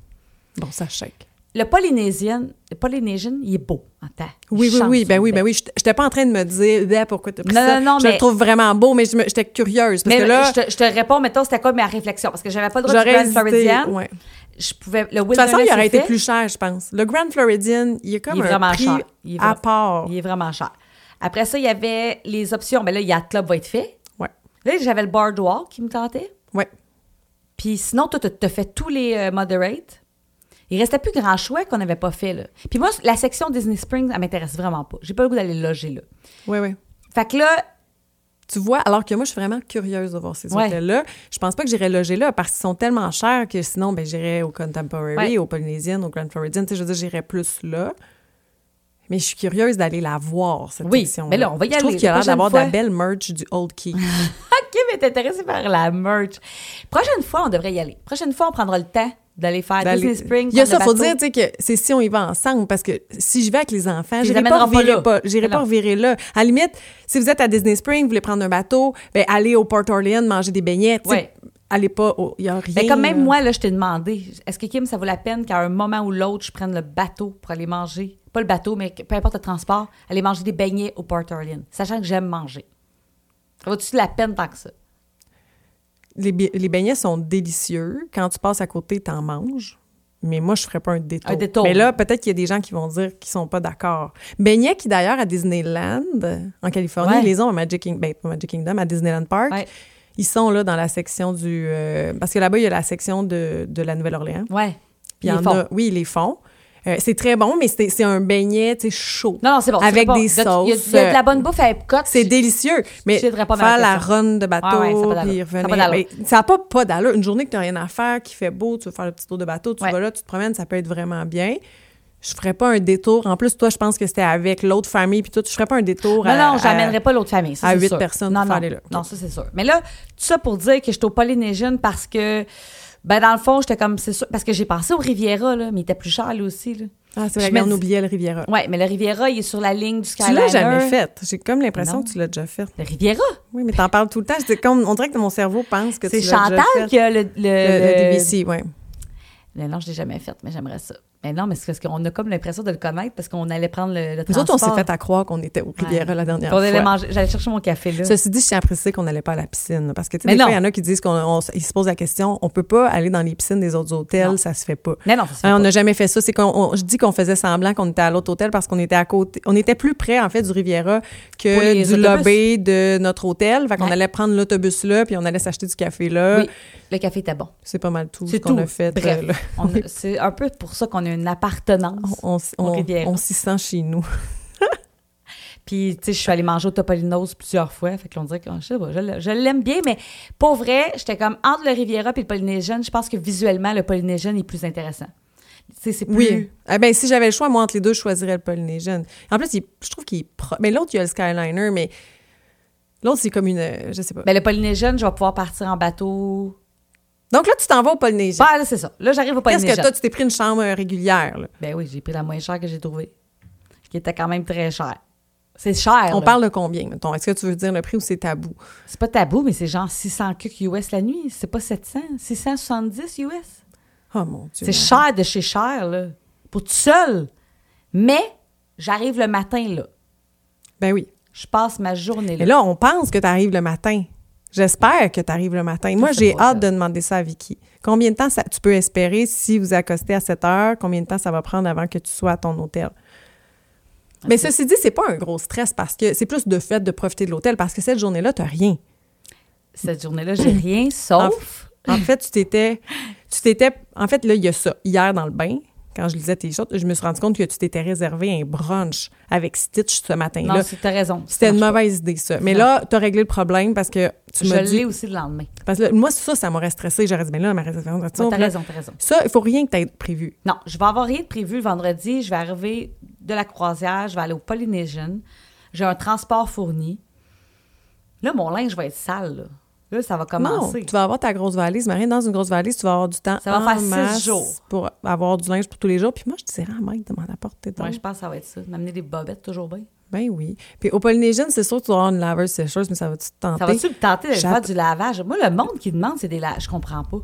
[SPEAKER 2] Bon, ça shake.
[SPEAKER 1] Le polynésien, le polynésien, il est beau en temps. Il
[SPEAKER 2] Oui, oui,
[SPEAKER 1] chante
[SPEAKER 2] oui,
[SPEAKER 1] sur
[SPEAKER 2] ben
[SPEAKER 1] le
[SPEAKER 2] oui, ben
[SPEAKER 1] bec.
[SPEAKER 2] oui. Je n'étais pas en train de me dire ben, pourquoi tu as pris
[SPEAKER 1] Non,
[SPEAKER 2] ça.
[SPEAKER 1] non, non,
[SPEAKER 2] je le
[SPEAKER 1] mais-
[SPEAKER 2] trouve vraiment beau, mais je me- j'étais curieuse. Parce
[SPEAKER 1] Mais
[SPEAKER 2] que là,
[SPEAKER 1] je, te, je te réponds, mettons, c'était quoi ma réflexion? Parce que j'avais pas le droit de
[SPEAKER 2] j'aurais
[SPEAKER 1] Grand
[SPEAKER 2] hésité.
[SPEAKER 1] Floridian.
[SPEAKER 2] ouais.
[SPEAKER 1] Je pouvais, le
[SPEAKER 2] De toute façon, il aurait été
[SPEAKER 1] fait,
[SPEAKER 2] plus cher, je pense. Le Grand Floridian, il est comme
[SPEAKER 1] Il est
[SPEAKER 2] un
[SPEAKER 1] vraiment
[SPEAKER 2] prix
[SPEAKER 1] cher. Il est
[SPEAKER 2] à
[SPEAKER 1] vraiment-
[SPEAKER 2] part.
[SPEAKER 1] Il est vraiment cher. Après ça, il y avait les options. Mais là, Yacht Club va être fait.
[SPEAKER 2] Ouais,
[SPEAKER 1] Là, j'avais le Boardwalk qui me tentait.
[SPEAKER 2] ouais.
[SPEAKER 1] Puis sinon, toi, tu as fait tous les euh, moderate. Il restait plus grand choix qu'on n'avait pas fait. Là. Puis moi, la section Disney Springs, elle m'intéresse vraiment pas. J'ai pas le goût d'aller loger là.
[SPEAKER 2] Ouais, ouais.
[SPEAKER 1] Fait que là,
[SPEAKER 2] Tu vois, alors que moi, je suis vraiment curieuse de voir ces
[SPEAKER 1] Ouais.
[SPEAKER 2] hôtels-là. Je pense pas que j'irais loger là parce qu'ils sont tellement chers que sinon, ben, j'irais au Contemporary,
[SPEAKER 1] Ouais.
[SPEAKER 2] au Polynésien, au Grand Floridian. Tu sais, je veux dire, j'irais plus là. Mais je suis curieuse d'aller la voir, cette
[SPEAKER 1] Oui,
[SPEAKER 2] section-là.
[SPEAKER 1] mais là, on va y
[SPEAKER 2] Je trouve
[SPEAKER 1] aller.
[SPEAKER 2] qu'il y a
[SPEAKER 1] La
[SPEAKER 2] l'air d'avoir de
[SPEAKER 1] prochaine
[SPEAKER 2] la belle merch du Old Key.
[SPEAKER 1] Ah, Kim est intéressée par la merch. Prochaine fois, on devrait y aller. Prochaine fois, on prendra le temps d'aller faire
[SPEAKER 2] D'aller-
[SPEAKER 1] Disney Springs.
[SPEAKER 2] Il y a ça,
[SPEAKER 1] prendre le
[SPEAKER 2] faut
[SPEAKER 1] bateau.
[SPEAKER 2] dire, tu sais, que c'est si on y va ensemble, parce que si je vais avec les enfants,
[SPEAKER 1] les
[SPEAKER 2] j'irai pas
[SPEAKER 1] amèneras pas
[SPEAKER 2] revirer
[SPEAKER 1] là.
[SPEAKER 2] pas, j'irai pas
[SPEAKER 1] Non.
[SPEAKER 2] revirer là. À la limite, si vous êtes à Disney Springs, vous voulez prendre un bateau, ben, allez au Port Orleans, manger des beignets, tu sais.
[SPEAKER 1] Ouais.
[SPEAKER 2] Allez pas au, il y a rien.
[SPEAKER 1] Mais comme même
[SPEAKER 2] là.
[SPEAKER 1] moi, là, je t'ai demandé, est-ce que Kim, ça vaut la peine qu'à un moment ou l'autre, je prenne le bateau pour aller manger? Pas le bateau, mais que- peu importe le transport, aller manger des beignets au Port Orlean, sachant que j'aime manger. Ça vaut-tu la peine tant que ça?
[SPEAKER 2] les, bi- les beignets sont délicieux. Quand tu passes à côté, t'en manges. Mais moi, je ferais pas un détour.
[SPEAKER 1] Un détour.
[SPEAKER 2] Mais là, peut-être qu'il y a des gens qui vont dire qu'ils sont pas d'accord. Beignets qui, d'ailleurs, à Disneyland, en Californie,
[SPEAKER 1] Ouais.
[SPEAKER 2] ils les ont à Magic, King- ben, pas Magic Kingdom, à Disneyland Park.
[SPEAKER 1] Ouais.
[SPEAKER 2] Ils sont là dans la section du... euh, parce que là-bas, il y a la section de, de la Nouvelle-Orléans.
[SPEAKER 1] Ouais.
[SPEAKER 2] Puis il y
[SPEAKER 1] Ils
[SPEAKER 2] en
[SPEAKER 1] font.
[SPEAKER 2] a- oui, ils les font. Euh, c'est très bon, mais c'est c'est un beignet, tu sais, chaud.
[SPEAKER 1] Non, non, c'est bon. c'est
[SPEAKER 2] Avec
[SPEAKER 1] bon.
[SPEAKER 2] des
[SPEAKER 1] De- Il y a-
[SPEAKER 2] sauces.
[SPEAKER 1] il
[SPEAKER 2] euh,
[SPEAKER 1] y, a de la bonne bouffe à Epcot.
[SPEAKER 2] C'est délicieux, mais
[SPEAKER 1] Je céderais pas ma
[SPEAKER 2] faire la
[SPEAKER 1] question.
[SPEAKER 2] run de bateau,
[SPEAKER 1] Ah ouais, ça a pas d'allure.
[SPEAKER 2] puis
[SPEAKER 1] Ça a
[SPEAKER 2] revenir,
[SPEAKER 1] pas d'allure.
[SPEAKER 2] mais ça n'a pas, pas d'allure. Une journée que tu n'as rien à faire, qui fait beau, tu veux faire le petit tour de bateau, tu
[SPEAKER 1] Ouais.
[SPEAKER 2] vas là, tu te promènes, ça peut être vraiment bien. Je ferais pas un détour. En plus, toi, je pense que c'était avec l'autre famille, puis tout. Je ferais pas un détour.
[SPEAKER 1] Non,
[SPEAKER 2] à-
[SPEAKER 1] non,
[SPEAKER 2] à-
[SPEAKER 1] j'amènerai pas l'autre famille. ça,
[SPEAKER 2] à
[SPEAKER 1] c'est
[SPEAKER 2] huit
[SPEAKER 1] sûr.
[SPEAKER 2] personnes
[SPEAKER 1] non,
[SPEAKER 2] pour
[SPEAKER 1] non,
[SPEAKER 2] aller là.
[SPEAKER 1] Non, ça, c'est sûr. Mais là, tout ça pour dire que j'étais au Polynésien parce que, ben, dans le fond, j'étais comme, c'est sûr, parce que j'ai pensé au Riviera, là, mais il était plus cher, lui aussi, là.
[SPEAKER 2] Ah, c'est
[SPEAKER 1] Je
[SPEAKER 2] vrai,
[SPEAKER 1] me
[SPEAKER 2] on
[SPEAKER 1] dis-
[SPEAKER 2] oubliait le Riviera.
[SPEAKER 1] Ouais, mais le Riviera, il est sur la ligne du
[SPEAKER 2] Tu
[SPEAKER 1] Skyliner.
[SPEAKER 2] l'as jamais fait. J'ai comme l'impression
[SPEAKER 1] Non.
[SPEAKER 2] que tu l'as déjà fait.
[SPEAKER 1] Le Riviera.
[SPEAKER 2] Oui, mais t'en parles tout le temps. C'est comme, on dirait que mon cerveau pense que tu l'as
[SPEAKER 1] C'est
[SPEAKER 2] déjà
[SPEAKER 1] Chantal
[SPEAKER 2] fait.
[SPEAKER 1] qui a le. le,
[SPEAKER 2] Le,
[SPEAKER 1] le-
[SPEAKER 2] le DVC, oui.
[SPEAKER 1] Mais non, je l'ai jamais fait, mais j'aimerais ça. Mais non, mais c'est parce qu'on a comme l'impression de le connaître parce qu'on allait prendre le, le
[SPEAKER 2] Nous autres,
[SPEAKER 1] transport.
[SPEAKER 2] on s'est fait à croire qu'on était au Riviera la dernière
[SPEAKER 1] Puis on allait
[SPEAKER 2] fois.
[SPEAKER 1] manger- J'allais chercher mon café là.
[SPEAKER 2] Ceci dit, je tiens à préciser qu'on n'allait pas à la piscine. là, Parce que, tu sais,
[SPEAKER 1] Euh. Mais
[SPEAKER 2] des fois,
[SPEAKER 1] non.
[SPEAKER 2] il y en a qui disent qu'on on s- ils se posent la question, on peut pas aller dans les piscines des autres hôtels,
[SPEAKER 1] Non.
[SPEAKER 2] ça se fait pas.
[SPEAKER 1] Mais non, ça se fait
[SPEAKER 2] Hein, on
[SPEAKER 1] pas.
[SPEAKER 2] n'a jamais fait ça. C'est qu'on, on- je dis qu'on faisait semblant qu'on était à l'autre hôtel parce qu'on était à côté, on était plus près en fait du Riviera
[SPEAKER 1] Pour
[SPEAKER 2] que
[SPEAKER 1] les
[SPEAKER 2] du
[SPEAKER 1] autobus.
[SPEAKER 2] lobby de notre hôtel. Fait qu'on
[SPEAKER 1] Ouais.
[SPEAKER 2] allait prendre l'autobus là, puis on allait s'acheter du café là.
[SPEAKER 1] Oui, le café était bon.
[SPEAKER 2] C'est pas mal tout
[SPEAKER 1] C'est
[SPEAKER 2] ce qu'on
[SPEAKER 1] tout.
[SPEAKER 2] a fait.
[SPEAKER 1] Bref.
[SPEAKER 2] euh, là. Oh.
[SPEAKER 1] On a- C'est un peu pour ça qu'on a une appartenance.
[SPEAKER 2] On, s-
[SPEAKER 1] Au
[SPEAKER 2] on-
[SPEAKER 1] Riviera.
[SPEAKER 2] on s'y sent chez nous.
[SPEAKER 1] Puis, tu sais, je suis allée manger au Topolino's plusieurs fois. Fait que l'on dirait que je sais pas, je l'- je l'aime bien, mais pour vrai, j'étais comme entre le Riviera et le Polynésien. Je pense que visuellement, le Polynésien est plus intéressant. Tu sais, c'est plus.
[SPEAKER 2] Oui. Ah ben, si j'avais le choix, moi, entre les deux, je choisirais le Polynésien. En plus, il- je trouve qu'il est pro- Mais l'autre, il y a le Skyliner, mais l'autre, c'est comme une. euh, Je sais pas.
[SPEAKER 1] Mais Ben, le Polynésien, je vais pouvoir partir en bateau.
[SPEAKER 2] Donc là, tu t'en vas au Polynésien.
[SPEAKER 1] Bah, là, c'est ça. Là, j'arrive au
[SPEAKER 2] Qu'est-ce
[SPEAKER 1] Polynésien.
[SPEAKER 2] que toi, tu t'es pris une chambre euh, régulière, là?
[SPEAKER 1] Ben oui, j'ai pris la moins chère que j'ai trouvée, qui était quand même très chère. C'est cher.
[SPEAKER 2] On
[SPEAKER 1] là.
[SPEAKER 2] parle de combien, mettons? Est-ce que tu veux dire le prix ou c'est tabou?
[SPEAKER 1] C'est pas tabou, mais c'est genre 600 cucs US la nuit. C'est pas 700. 670 US.
[SPEAKER 2] Oh mon Dieu.
[SPEAKER 1] C'est cher de chez cher, là. Pour tout seul. Mais j'arrive le matin, là.
[SPEAKER 2] Ben oui.
[SPEAKER 1] Je passe ma journée
[SPEAKER 2] Mais
[SPEAKER 1] là.
[SPEAKER 2] là, on pense que tu arrives le matin. J'espère que tu arrives le matin. Moi,
[SPEAKER 1] c'est
[SPEAKER 2] j'ai
[SPEAKER 1] pas
[SPEAKER 2] hâte
[SPEAKER 1] ça.
[SPEAKER 2] de demander ça à Vicky. Combien de temps ça, tu peux espérer si vous accostez à 7 heures? Combien de temps ça va prendre avant que tu sois à ton hôtel? Mais ceci dit, c'est pas un gros stress parce que c'est plus de fait de profiter de l'hôtel parce que cette journée-là, tu rien.
[SPEAKER 1] Cette journée-là, j'ai rien sauf.
[SPEAKER 2] En fait, tu t'étais. Tu t'étais. En fait, là, il y a ça. Hier, dans le bain, quand je lisais tes shorts, je me suis rendu compte que tu t'étais réservé un brunch avec Stitch ce matin-là.
[SPEAKER 1] non, c'est- t'as raison.
[SPEAKER 2] C'était une
[SPEAKER 1] Ça marche
[SPEAKER 2] mauvaise idée, ça. Mais
[SPEAKER 1] Non.
[SPEAKER 2] là, tu as réglé le problème parce que
[SPEAKER 1] pas.
[SPEAKER 2] tu
[SPEAKER 1] Je
[SPEAKER 2] m'as
[SPEAKER 1] l'ai
[SPEAKER 2] dit.
[SPEAKER 1] aussi le lendemain.
[SPEAKER 2] Parce que là, moi, ça, ça m'aurait stressé. J'aurais dit, mais là, ma réservation,
[SPEAKER 1] Tu
[SPEAKER 2] on-
[SPEAKER 1] t'as raison, t'as raison.
[SPEAKER 2] Ça, il faut rien que tu aies prévu.
[SPEAKER 1] Non, je vais avoir rien de prévu le vendredi. Je vais arriver de la croisière. Je vais aller au Polynesian. J'ai un transport fourni. Là, mon linge va être sale, là. Là, ça va
[SPEAKER 2] Non,
[SPEAKER 1] commencer.
[SPEAKER 2] tu vas avoir ta grosse valise. Marine, dans une grosse valise, tu vas avoir du temps.
[SPEAKER 1] Ça va
[SPEAKER 2] en
[SPEAKER 1] faire six
[SPEAKER 2] masse
[SPEAKER 1] jours.
[SPEAKER 2] Pour avoir du linge pour tous les jours. Puis moi, je dirais à Mike de m'en apporter donc.
[SPEAKER 1] Ouais, je pense que ça va être ça. M'amener des bobettes, toujours bien.
[SPEAKER 2] Ben oui. Puis au Polynésien, c'est sûr que tu vas avoir une laveuse sécheuse, mais ça va-tu te tenter?
[SPEAKER 1] Ça va-tu me tenter de
[SPEAKER 2] J'att-
[SPEAKER 1] faire du lavage? Moi, le monde qui demande, c'est des lavages. Je comprends pas.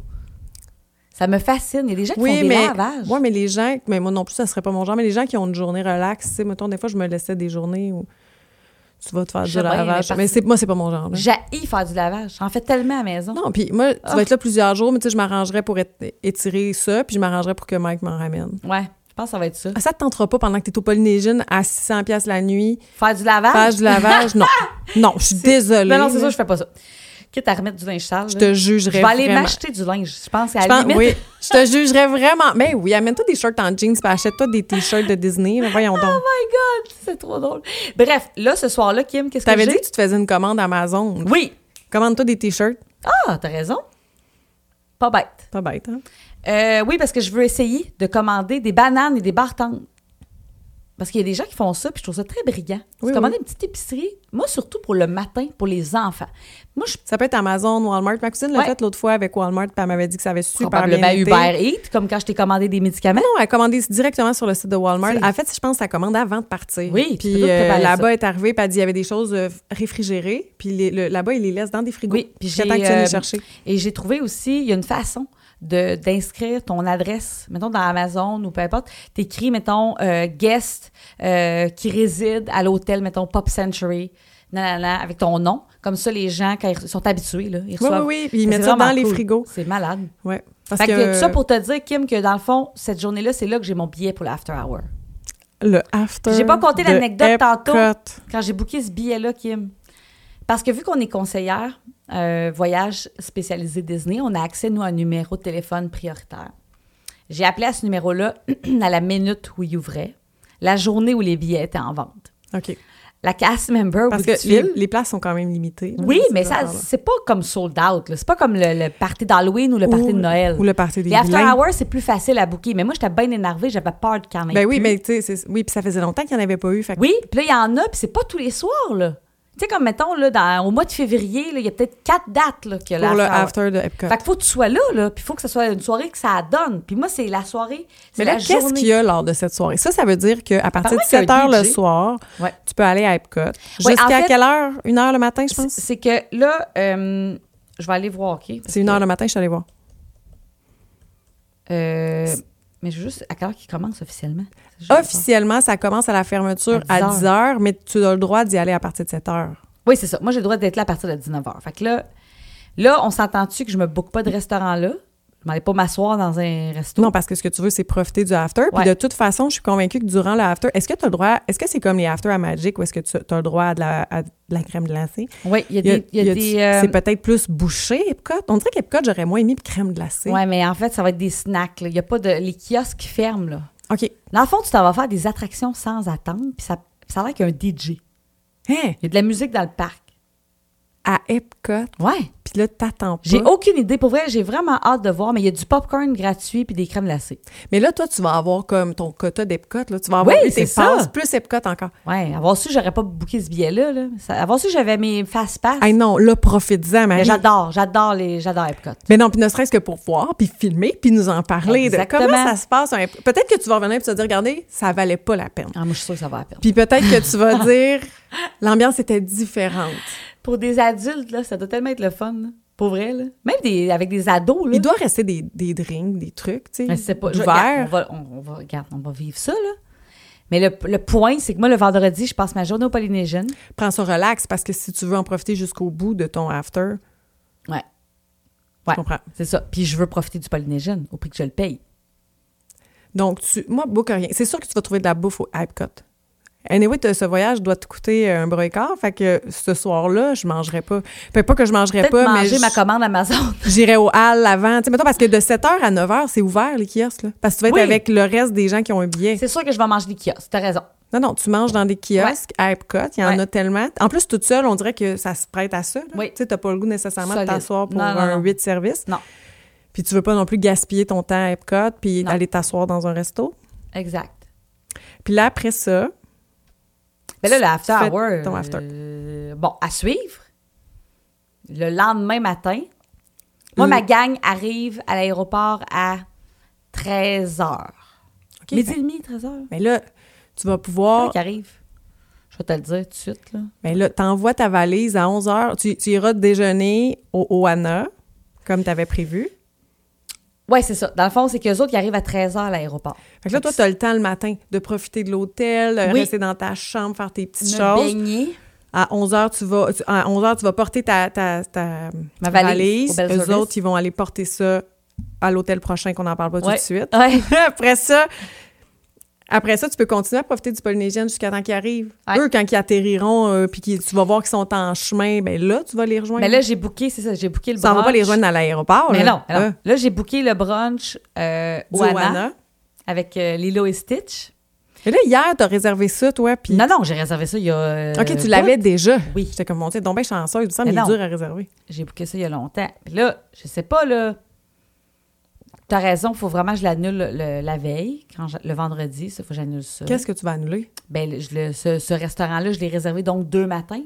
[SPEAKER 1] Ça me fascine. Il y a des gens qui
[SPEAKER 2] Oui,
[SPEAKER 1] font des
[SPEAKER 2] mais,
[SPEAKER 1] lavages.
[SPEAKER 2] ouais, mais les gens, mais moi non plus, ça serait pas mon genre, mais les gens qui ont une journée relaxe, tu sais, mettons, des fois, je me laissais des journées où tu vas te faire
[SPEAKER 1] Je
[SPEAKER 2] du
[SPEAKER 1] sais bien,
[SPEAKER 2] lavage.
[SPEAKER 1] mais
[SPEAKER 2] Mais c'est, moi, c'est pas mon genre. là.
[SPEAKER 1] J'haïs faire du lavage. J'en fais tellement à la maison.
[SPEAKER 2] Non, puis moi, tu
[SPEAKER 1] Ah.
[SPEAKER 2] vas être là plusieurs jours, mais tu sais, je m'arrangerais pour être- étirer ça, puis je m'arrangerais pour que Mike m'en ramène.
[SPEAKER 1] Ouais, je pense que ça va être ça.
[SPEAKER 2] Ah, Ça te tentera pas pendant que t'es au Polynésien à 600 pièces la nuit,
[SPEAKER 1] Faire du lavage?
[SPEAKER 2] faire du lavage, non. Ah, Non, je suis désolée.
[SPEAKER 1] Non, non, c'est ça,
[SPEAKER 2] là.
[SPEAKER 1] je fais pas ça. Quitte à remettre du linge sale.
[SPEAKER 2] Je
[SPEAKER 1] là,
[SPEAKER 2] te
[SPEAKER 1] Je
[SPEAKER 2] jugerais
[SPEAKER 1] vais aller
[SPEAKER 2] vraiment.
[SPEAKER 1] m'acheter du linge. Je pense qu'à
[SPEAKER 2] Je
[SPEAKER 1] la
[SPEAKER 2] pense-
[SPEAKER 1] limite,
[SPEAKER 2] oui, je te jugerais vraiment. Ben oui, amène-toi des shorts en jeans, puis achète-toi des t-shirts de Disney. mais voyons donc.
[SPEAKER 1] Oh c'est trop drôle. Bref, là, ce soir-là, Kim, qu'est-ce que
[SPEAKER 2] T'avais
[SPEAKER 1] j'ai?
[SPEAKER 2] dit que tu te faisais une commande Amazon.
[SPEAKER 1] Oui.
[SPEAKER 2] Commande-toi des t-shirts.
[SPEAKER 1] Ah, t'as raison. Pas bête.
[SPEAKER 2] Pas bête, hein?
[SPEAKER 1] Euh, oui, parce que je veux essayer de commander des bananes et des bartendes. Parce qu'il y a des gens qui font ça, puis je trouve ça très brillant.
[SPEAKER 2] Oui,
[SPEAKER 1] tu commandes une petite épicerie, moi surtout pour le matin, pour les enfants. Moi, je
[SPEAKER 2] Ça peut être Amazon, Walmart. Ma cousine l'a
[SPEAKER 1] Ouais.
[SPEAKER 2] fait l'autre fois avec Walmart, puis elle m'avait dit que ça avait super bien
[SPEAKER 1] probablement
[SPEAKER 2] été.
[SPEAKER 1] Uber Eats, comme quand je t'ai commandé des médicaments.
[SPEAKER 2] Non, elle a commandé directement sur le site de Walmart.
[SPEAKER 1] C'est-
[SPEAKER 2] En fait, je pense qu'elle a commandé avant de partir.
[SPEAKER 1] Oui, tu peux
[SPEAKER 2] puis
[SPEAKER 1] tout
[SPEAKER 2] euh,
[SPEAKER 1] préparer ça.
[SPEAKER 2] là-bas, elle est arrivée, puis elle dit qu'il y avait des choses euh, réfrigérées, puis les- le- là-bas, ils les laissent dans des frigos.
[SPEAKER 1] Oui, puis
[SPEAKER 2] Jusqu'à
[SPEAKER 1] j'ai,
[SPEAKER 2] temps que tu viennes
[SPEAKER 1] euh,
[SPEAKER 2] les chercher.
[SPEAKER 1] Et j'ai trouvé aussi, il y a une façon de d'inscrire ton adresse, mettons dans Amazon ou peu importe, t'écris, mettons, euh, guest euh, qui réside à l'hôtel, mettons, Pop Century, nanana, avec ton nom. Comme ça, les gens, quand ils sont habitués, là, ils
[SPEAKER 2] Oui, oui,
[SPEAKER 1] reçoivent.
[SPEAKER 2] oui. Puis
[SPEAKER 1] C'est
[SPEAKER 2] ils mettent ça dans
[SPEAKER 1] vraiment
[SPEAKER 2] les
[SPEAKER 1] cool.
[SPEAKER 2] frigos.
[SPEAKER 1] C'est malade.
[SPEAKER 2] Ouais. Parce
[SPEAKER 1] fait que,
[SPEAKER 2] que
[SPEAKER 1] tout ça pour te dire, Kim, que dans le fond, cette journée-là, c'est là que j'ai mon billet pour l'after hour.
[SPEAKER 2] le after.
[SPEAKER 1] J'ai pas compté
[SPEAKER 2] de
[SPEAKER 1] l'anecdote tantôt.
[SPEAKER 2] Epcot.
[SPEAKER 1] Quand j'ai booké ce billet-là, Kim, parce que vu qu'on est conseillère, euh, voyage spécialisé Disney, on a accès, nous, à un numéro de téléphone prioritaire. J'ai appelé à ce numéro-là à la minute où il ouvrait, la journée où les billets étaient en vente.
[SPEAKER 2] OK.
[SPEAKER 1] La cast member,
[SPEAKER 2] Parce
[SPEAKER 1] où
[SPEAKER 2] que
[SPEAKER 1] tu
[SPEAKER 2] les,
[SPEAKER 1] files-
[SPEAKER 2] les places sont quand même limitées. là,
[SPEAKER 1] oui,
[SPEAKER 2] dans ces
[SPEAKER 1] mais ça,
[SPEAKER 2] affaires-là.
[SPEAKER 1] c'est pas comme sold out. là. C'est pas comme le, le party d'Halloween ou le party
[SPEAKER 2] Ou-
[SPEAKER 1] de Noël.
[SPEAKER 2] Ou le party des
[SPEAKER 1] Les after
[SPEAKER 2] vilains.
[SPEAKER 1] hours, c'est plus facile à booker. Mais moi, j'étais bien énervée, j'avais peur de quand même.
[SPEAKER 2] Ben oui, mais tu sais, c'est- oui, puis ça faisait longtemps qu'il n'y en avait pas eu. Fait que-
[SPEAKER 1] Oui, puis là, il y en a, puis c'est pas tous les soirs, là. Tu sais, comme mettons, là, dans- au mois de février, là, il y a peut-être quatre dates là, que
[SPEAKER 2] pour le after de Epcot.
[SPEAKER 1] Fait qu'il faut que tu sois là, là, puis il faut que ce soit une soirée que ça donne. Puis moi, c'est la soirée, c'est
[SPEAKER 2] Mais là,
[SPEAKER 1] la
[SPEAKER 2] qu'est-ce
[SPEAKER 1] journée.
[SPEAKER 2] qu'il y a lors de cette soirée? Ça, ça veut dire qu'à partir de
[SPEAKER 1] qu'il y a
[SPEAKER 2] 7
[SPEAKER 1] un
[SPEAKER 2] heures le
[SPEAKER 1] DJ.
[SPEAKER 2] soir,
[SPEAKER 1] Ouais.
[SPEAKER 2] tu peux aller à Epcot.
[SPEAKER 1] en
[SPEAKER 2] Jusqu'à
[SPEAKER 1] fait-
[SPEAKER 2] quelle heure? Une heure le matin, je pense?
[SPEAKER 1] C'est c'est que là, euh, je vais aller voir, OK?
[SPEAKER 2] C'est une heure le matin, je suis allée voir.
[SPEAKER 1] Euh, Mais je veux juste, à quelle heure qu'il commence officiellement? Je veux savoir.
[SPEAKER 2] Officiellement, ça commence à la fermeture
[SPEAKER 1] À
[SPEAKER 2] à
[SPEAKER 1] 10
[SPEAKER 2] 10 h, mais tu as le droit d'y aller à partir de 7 h.
[SPEAKER 1] Oui, c'est ça. Moi, j'ai le droit d'être là à partir de 19h. Fait que là, là on s'entend-tu que je me book pas de restaurant là? Je m'allais pas m'asseoir dans un restaurant.
[SPEAKER 2] Non, parce que ce que tu veux, c'est profiter du after. Puis
[SPEAKER 1] Ouais.
[SPEAKER 2] de toute façon, je suis convaincue que durant le after, est-ce que tu as le droit, est-ce que c'est comme les after à Magic ou est-ce que tu as le droit à de la, à de la crème glacée?
[SPEAKER 1] Oui, il y a
[SPEAKER 2] Il y a-
[SPEAKER 1] des. ben, il y a
[SPEAKER 2] il y
[SPEAKER 1] des,
[SPEAKER 2] a-
[SPEAKER 1] euh,
[SPEAKER 2] C'est peut-être plus bouché, Epcot. On dirait qu'Epcot, j'aurais moins aimé de crème glacée.
[SPEAKER 1] ouais, mais en fait, ça va être des snacks. là. Il y a pas de. Les kiosques ferment, là.
[SPEAKER 2] OK.
[SPEAKER 1] Dans le fond, tu t'en vas faire des attractions sans attendre, puis ça, ça a l'air qu'il y a un DJ.
[SPEAKER 2] Hein?
[SPEAKER 1] Il y a de la musique dans le parc.
[SPEAKER 2] À Epcot,
[SPEAKER 1] Ouais.
[SPEAKER 2] puis là, t'attends pas.
[SPEAKER 1] J'ai aucune idée. Pour vrai, j'ai vraiment hâte de voir, mais il y a du popcorn gratuit puis des crèmes glacées.
[SPEAKER 2] Mais là, toi, tu vas avoir comme ton quota d'Epcot. Là. Tu vas avoir
[SPEAKER 1] Oui,
[SPEAKER 2] eu tes
[SPEAKER 1] c'est ça.
[SPEAKER 2] passes, plus Epcot encore.
[SPEAKER 1] Ouais, avoir su, j'aurais pas booké ce billet-là. Là. Ça- Avoir su, j'avais mes fast-pass.
[SPEAKER 2] Ah non, là, profite-en,
[SPEAKER 1] Mais
[SPEAKER 2] Marie.
[SPEAKER 1] J'adore, j'adore les, j'adore Epcot.
[SPEAKER 2] Mais non, puis ne serait-ce que pour voir, puis filmer, puis nous en parler. de
[SPEAKER 1] Exactement.
[SPEAKER 2] comment ça se passe? un- Peut-être que tu vas revenir et tu vas dire, regardez, ça valait pas la peine.
[SPEAKER 1] Ah, moi, je suis sûre que ça va à peine.
[SPEAKER 2] Puis peut-être que tu vas dire, l'ambiance était différente.
[SPEAKER 1] Pour des adultes, là, ça doit tellement être le fun. là. Pour vrai, là. Même des, avec des ados, là.
[SPEAKER 2] Il doit rester des, des drinks, des trucs, tu
[SPEAKER 1] Mais
[SPEAKER 2] sais,
[SPEAKER 1] c'est pas, je- regarde,
[SPEAKER 2] ouverts.
[SPEAKER 1] on, va, on, on va, regarde, on va vivre ça, là. Mais le, le point, c'est que moi, le vendredi, je passe ma journée au Polynesian.
[SPEAKER 2] Prends ça relax parce que si tu veux en profiter jusqu'au bout de ton after,
[SPEAKER 1] Ouais.
[SPEAKER 2] je comprends.
[SPEAKER 1] C'est ça. Puis je veux profiter du Polynesian au prix que je le paye.
[SPEAKER 2] Donc, tu, moi, book rien. C'est sûr que tu vas trouver de la bouffe au Epcot. Anyway, t'as- ce voyage doit te coûter euh, un bras et quart, fait que ce soir-là, je mangerai pas. Fait pas que je mangerai
[SPEAKER 1] Peut-être
[SPEAKER 2] pas, mais
[SPEAKER 1] manger
[SPEAKER 2] je-
[SPEAKER 1] ma commande Amazon.
[SPEAKER 2] j'irai au hall avant. Tu sais, mettons, parce que de 7h à 9h, c'est ouvert, les kiosques, là. Parce que tu vas être
[SPEAKER 1] Oui.
[SPEAKER 2] avec le reste des gens qui ont un billet.
[SPEAKER 1] c'est sûr que je vais manger des kiosques. T'as raison.
[SPEAKER 2] Non, non, tu manges dans des kiosques à Epcot, il y en
[SPEAKER 1] Ouais.
[SPEAKER 2] a tellement. En plus, toute seule, on dirait que ça se prête à ça. là.
[SPEAKER 1] Oui.
[SPEAKER 2] Tu sais, t'as pas le goût nécessairement
[SPEAKER 1] Solide.
[SPEAKER 2] de t'asseoir pour
[SPEAKER 1] Non, non,
[SPEAKER 2] un
[SPEAKER 1] non.
[SPEAKER 2] huit service.
[SPEAKER 1] Non.
[SPEAKER 2] Puis tu veux pas non plus gaspiller ton temps à Epcot, puis
[SPEAKER 1] Non.
[SPEAKER 2] aller t'asseoir dans un resto.
[SPEAKER 1] Exact.
[SPEAKER 2] Puis là, après ça,
[SPEAKER 1] Mais là, le after
[SPEAKER 2] fais
[SPEAKER 1] hour.
[SPEAKER 2] ton after.
[SPEAKER 1] euh, bon, à suivre. Le lendemain matin. Moi,
[SPEAKER 2] Le-
[SPEAKER 1] ma gang arrive à l'aéroport à 13h.
[SPEAKER 2] OK,
[SPEAKER 1] Midi
[SPEAKER 2] fait- Ah.
[SPEAKER 1] et demi, 13h.
[SPEAKER 2] mais là, tu vas
[SPEAKER 1] Quand
[SPEAKER 2] pouvoir.
[SPEAKER 1] qui arrive? Je vais te le dire tout de suite, là.
[SPEAKER 2] Mais là, t'envoies ta valise à 11 h. Tu, tu iras déjeuner au Oana, comme t'avais prévu.
[SPEAKER 1] Ouais, c'est ça. Dans le fond, c'est qu'eux autres, ils arrivent à 13h à l'aéroport.
[SPEAKER 2] Fait que là, toi, t'as le temps le matin de profiter de l'hôtel, euh,
[SPEAKER 1] Oui.
[SPEAKER 2] rester dans ta chambre, faire tes petites
[SPEAKER 1] Me
[SPEAKER 2] choses.
[SPEAKER 1] baigner.
[SPEAKER 2] À 11h, tu vas, tu- à 11h, tu vas porter ta, ta, ta
[SPEAKER 1] Ma
[SPEAKER 2] ta
[SPEAKER 1] valise au Bell
[SPEAKER 2] Eux
[SPEAKER 1] Service.
[SPEAKER 2] autres, ils vont aller porter ça à l'hôtel prochain qu'on n'en parle pas tout
[SPEAKER 1] Ouais.
[SPEAKER 2] de suite.
[SPEAKER 1] Ouais.
[SPEAKER 2] après ça, après ça, tu peux continuer à profiter du Polynésien jusqu'à temps qu'ils arrivent.
[SPEAKER 1] Ouais.
[SPEAKER 2] Eux, quand ils atterriront, euh, puis qu'ils- tu vas voir qu'ils sont en chemin, ben là, tu vas les rejoindre.
[SPEAKER 1] Mais là, j'ai booké, c'est ça, j'ai booké le
[SPEAKER 2] tu s'en vas pas
[SPEAKER 1] brunch.
[SPEAKER 2] les rejoindre à l'aéroport.
[SPEAKER 1] Mais
[SPEAKER 2] là.
[SPEAKER 1] non, mais non.
[SPEAKER 2] Euh,
[SPEAKER 1] Là, j'ai booké le brunch euh,
[SPEAKER 2] dis
[SPEAKER 1] au
[SPEAKER 2] au
[SPEAKER 1] Anna
[SPEAKER 2] Anna.
[SPEAKER 1] avec euh, Lilo et Stitch.
[SPEAKER 2] Et là, hier, t'as réservé ça, toi, puis...
[SPEAKER 1] Non, non, j'ai réservé ça il y a. euh,
[SPEAKER 2] OK, tu l'avais déjà.
[SPEAKER 1] Oui.
[SPEAKER 2] J'étais comme, mon Dieu, donc bien chanceuse, il me semble,
[SPEAKER 1] Mais
[SPEAKER 2] il est
[SPEAKER 1] non.
[SPEAKER 2] dur à réserver.
[SPEAKER 1] J'ai booké ça il y a longtemps. Puis là, je sais pas, là. T'as raison, faut vraiment que je l'annule le- la veille, quand je- le vendredi, ça, faut que j'annule ça.
[SPEAKER 2] Qu'est-ce que tu vas annuler?
[SPEAKER 1] Ben, le- je le- ce, ce restaurant-là, je l'ai réservé donc deux matins.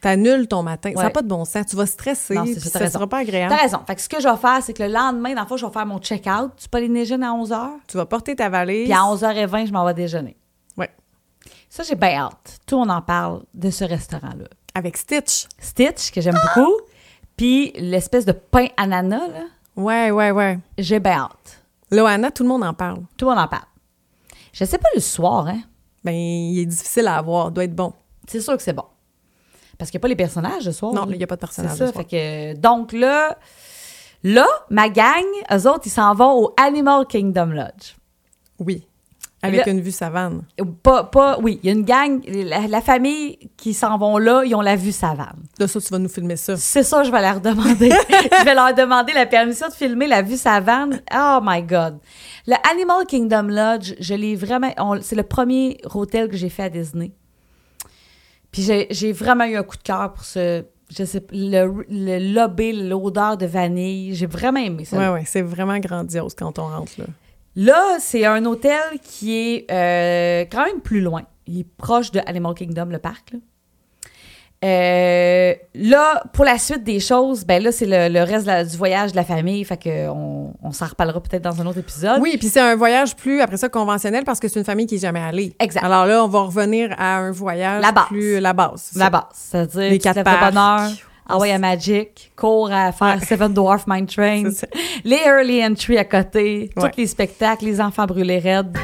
[SPEAKER 2] T'annules ton matin. Ça n'a
[SPEAKER 1] Ouais.
[SPEAKER 2] pas de bon sens. Tu vas stresser,
[SPEAKER 1] Non, c'est
[SPEAKER 2] puis
[SPEAKER 1] ça,
[SPEAKER 2] ça
[SPEAKER 1] t'as
[SPEAKER 2] sera
[SPEAKER 1] raison.
[SPEAKER 2] pas agréable.
[SPEAKER 1] T'as raison. Fait que ce que je vais faire, c'est que le lendemain, dans le fond, je vais faire mon check-out du Polynésien à 11h.
[SPEAKER 2] Tu vas porter ta valise.
[SPEAKER 1] Puis à 11h20, je m'en vais déjeuner.
[SPEAKER 2] Ouais.
[SPEAKER 1] Ça, j'ai bien hâte. Tout, on en parle de ce restaurant-là.
[SPEAKER 2] Avec Stitch.
[SPEAKER 1] Stitch, que j'aime beaucoup. Puis l'espèce de pain ananas, là,
[SPEAKER 2] Ouais, ouais, ouais.
[SPEAKER 1] j'ai bien hâte.
[SPEAKER 2] Loana, tout le monde en parle.
[SPEAKER 1] Tout le monde en parle. Je sais pas le soir, hein.
[SPEAKER 2] Ben, il est difficile à avoir. Doit être bon.
[SPEAKER 1] C'est sûr que c'est bon. Parce qu'il n'y a pas les personnages le soir.
[SPEAKER 2] Non,
[SPEAKER 1] là.
[SPEAKER 2] il n'y a pas de personnage.
[SPEAKER 1] C'est
[SPEAKER 2] le
[SPEAKER 1] ça.
[SPEAKER 2] soir.
[SPEAKER 1] Fait que, donc là, là, ma gang, eux autres, ils s'en vont au Animal Kingdom Lodge.
[SPEAKER 2] Oui. Avec
[SPEAKER 1] Le-
[SPEAKER 2] une vue savane.
[SPEAKER 1] Pas, pas, oui, il y a une gang, la, la famille qui s'en vont là, ils ont la vue savane.
[SPEAKER 2] Là, ça, tu vas nous filmer ça.
[SPEAKER 1] C'est ça, je vais leur demander. je vais leur demander la permission de filmer la vue savane. Oh my God. Le Animal Kingdom Lodge, je l'ai vraiment. on- C'est le premier hôtel que j'ai fait à Disney. Puis j'ai- j'ai vraiment eu un coup de cœur pour ce. Je sais, le, le lobby, l'odeur de vanille. J'ai vraiment aimé ça.
[SPEAKER 2] Ouais, ouais. C'est vraiment grandiose quand on rentre, là.
[SPEAKER 1] Là, c'est un hôtel qui est euh, quand même plus loin. Il est proche de Animal Kingdom, le parc. Là, Euh, là, pour la suite des choses, ben là, c'est le, le reste de la- du voyage de la famille. Fait que on, on s'en reparlera peut-être dans un autre épisode.
[SPEAKER 2] Oui, puis c'est un voyage plus, après ça, conventionnel parce que c'est une famille qui n'est jamais allée.
[SPEAKER 1] Exact.
[SPEAKER 2] Alors là, on va revenir à un voyage
[SPEAKER 1] La base.
[SPEAKER 2] plus la base. c'est
[SPEAKER 1] La
[SPEAKER 2] ça.
[SPEAKER 1] base. C'est-à-dire,
[SPEAKER 2] Les
[SPEAKER 1] tu te
[SPEAKER 2] quatre
[SPEAKER 1] lèves de bonne
[SPEAKER 2] parcs.
[SPEAKER 1] heure. Hawaii à Magic, cours à faire Seven Dwarf Mine Train,
[SPEAKER 2] C'est ça.
[SPEAKER 1] les early entry à côté,
[SPEAKER 2] Ouais.
[SPEAKER 1] tous les spectacles, les enfants brûlés raides.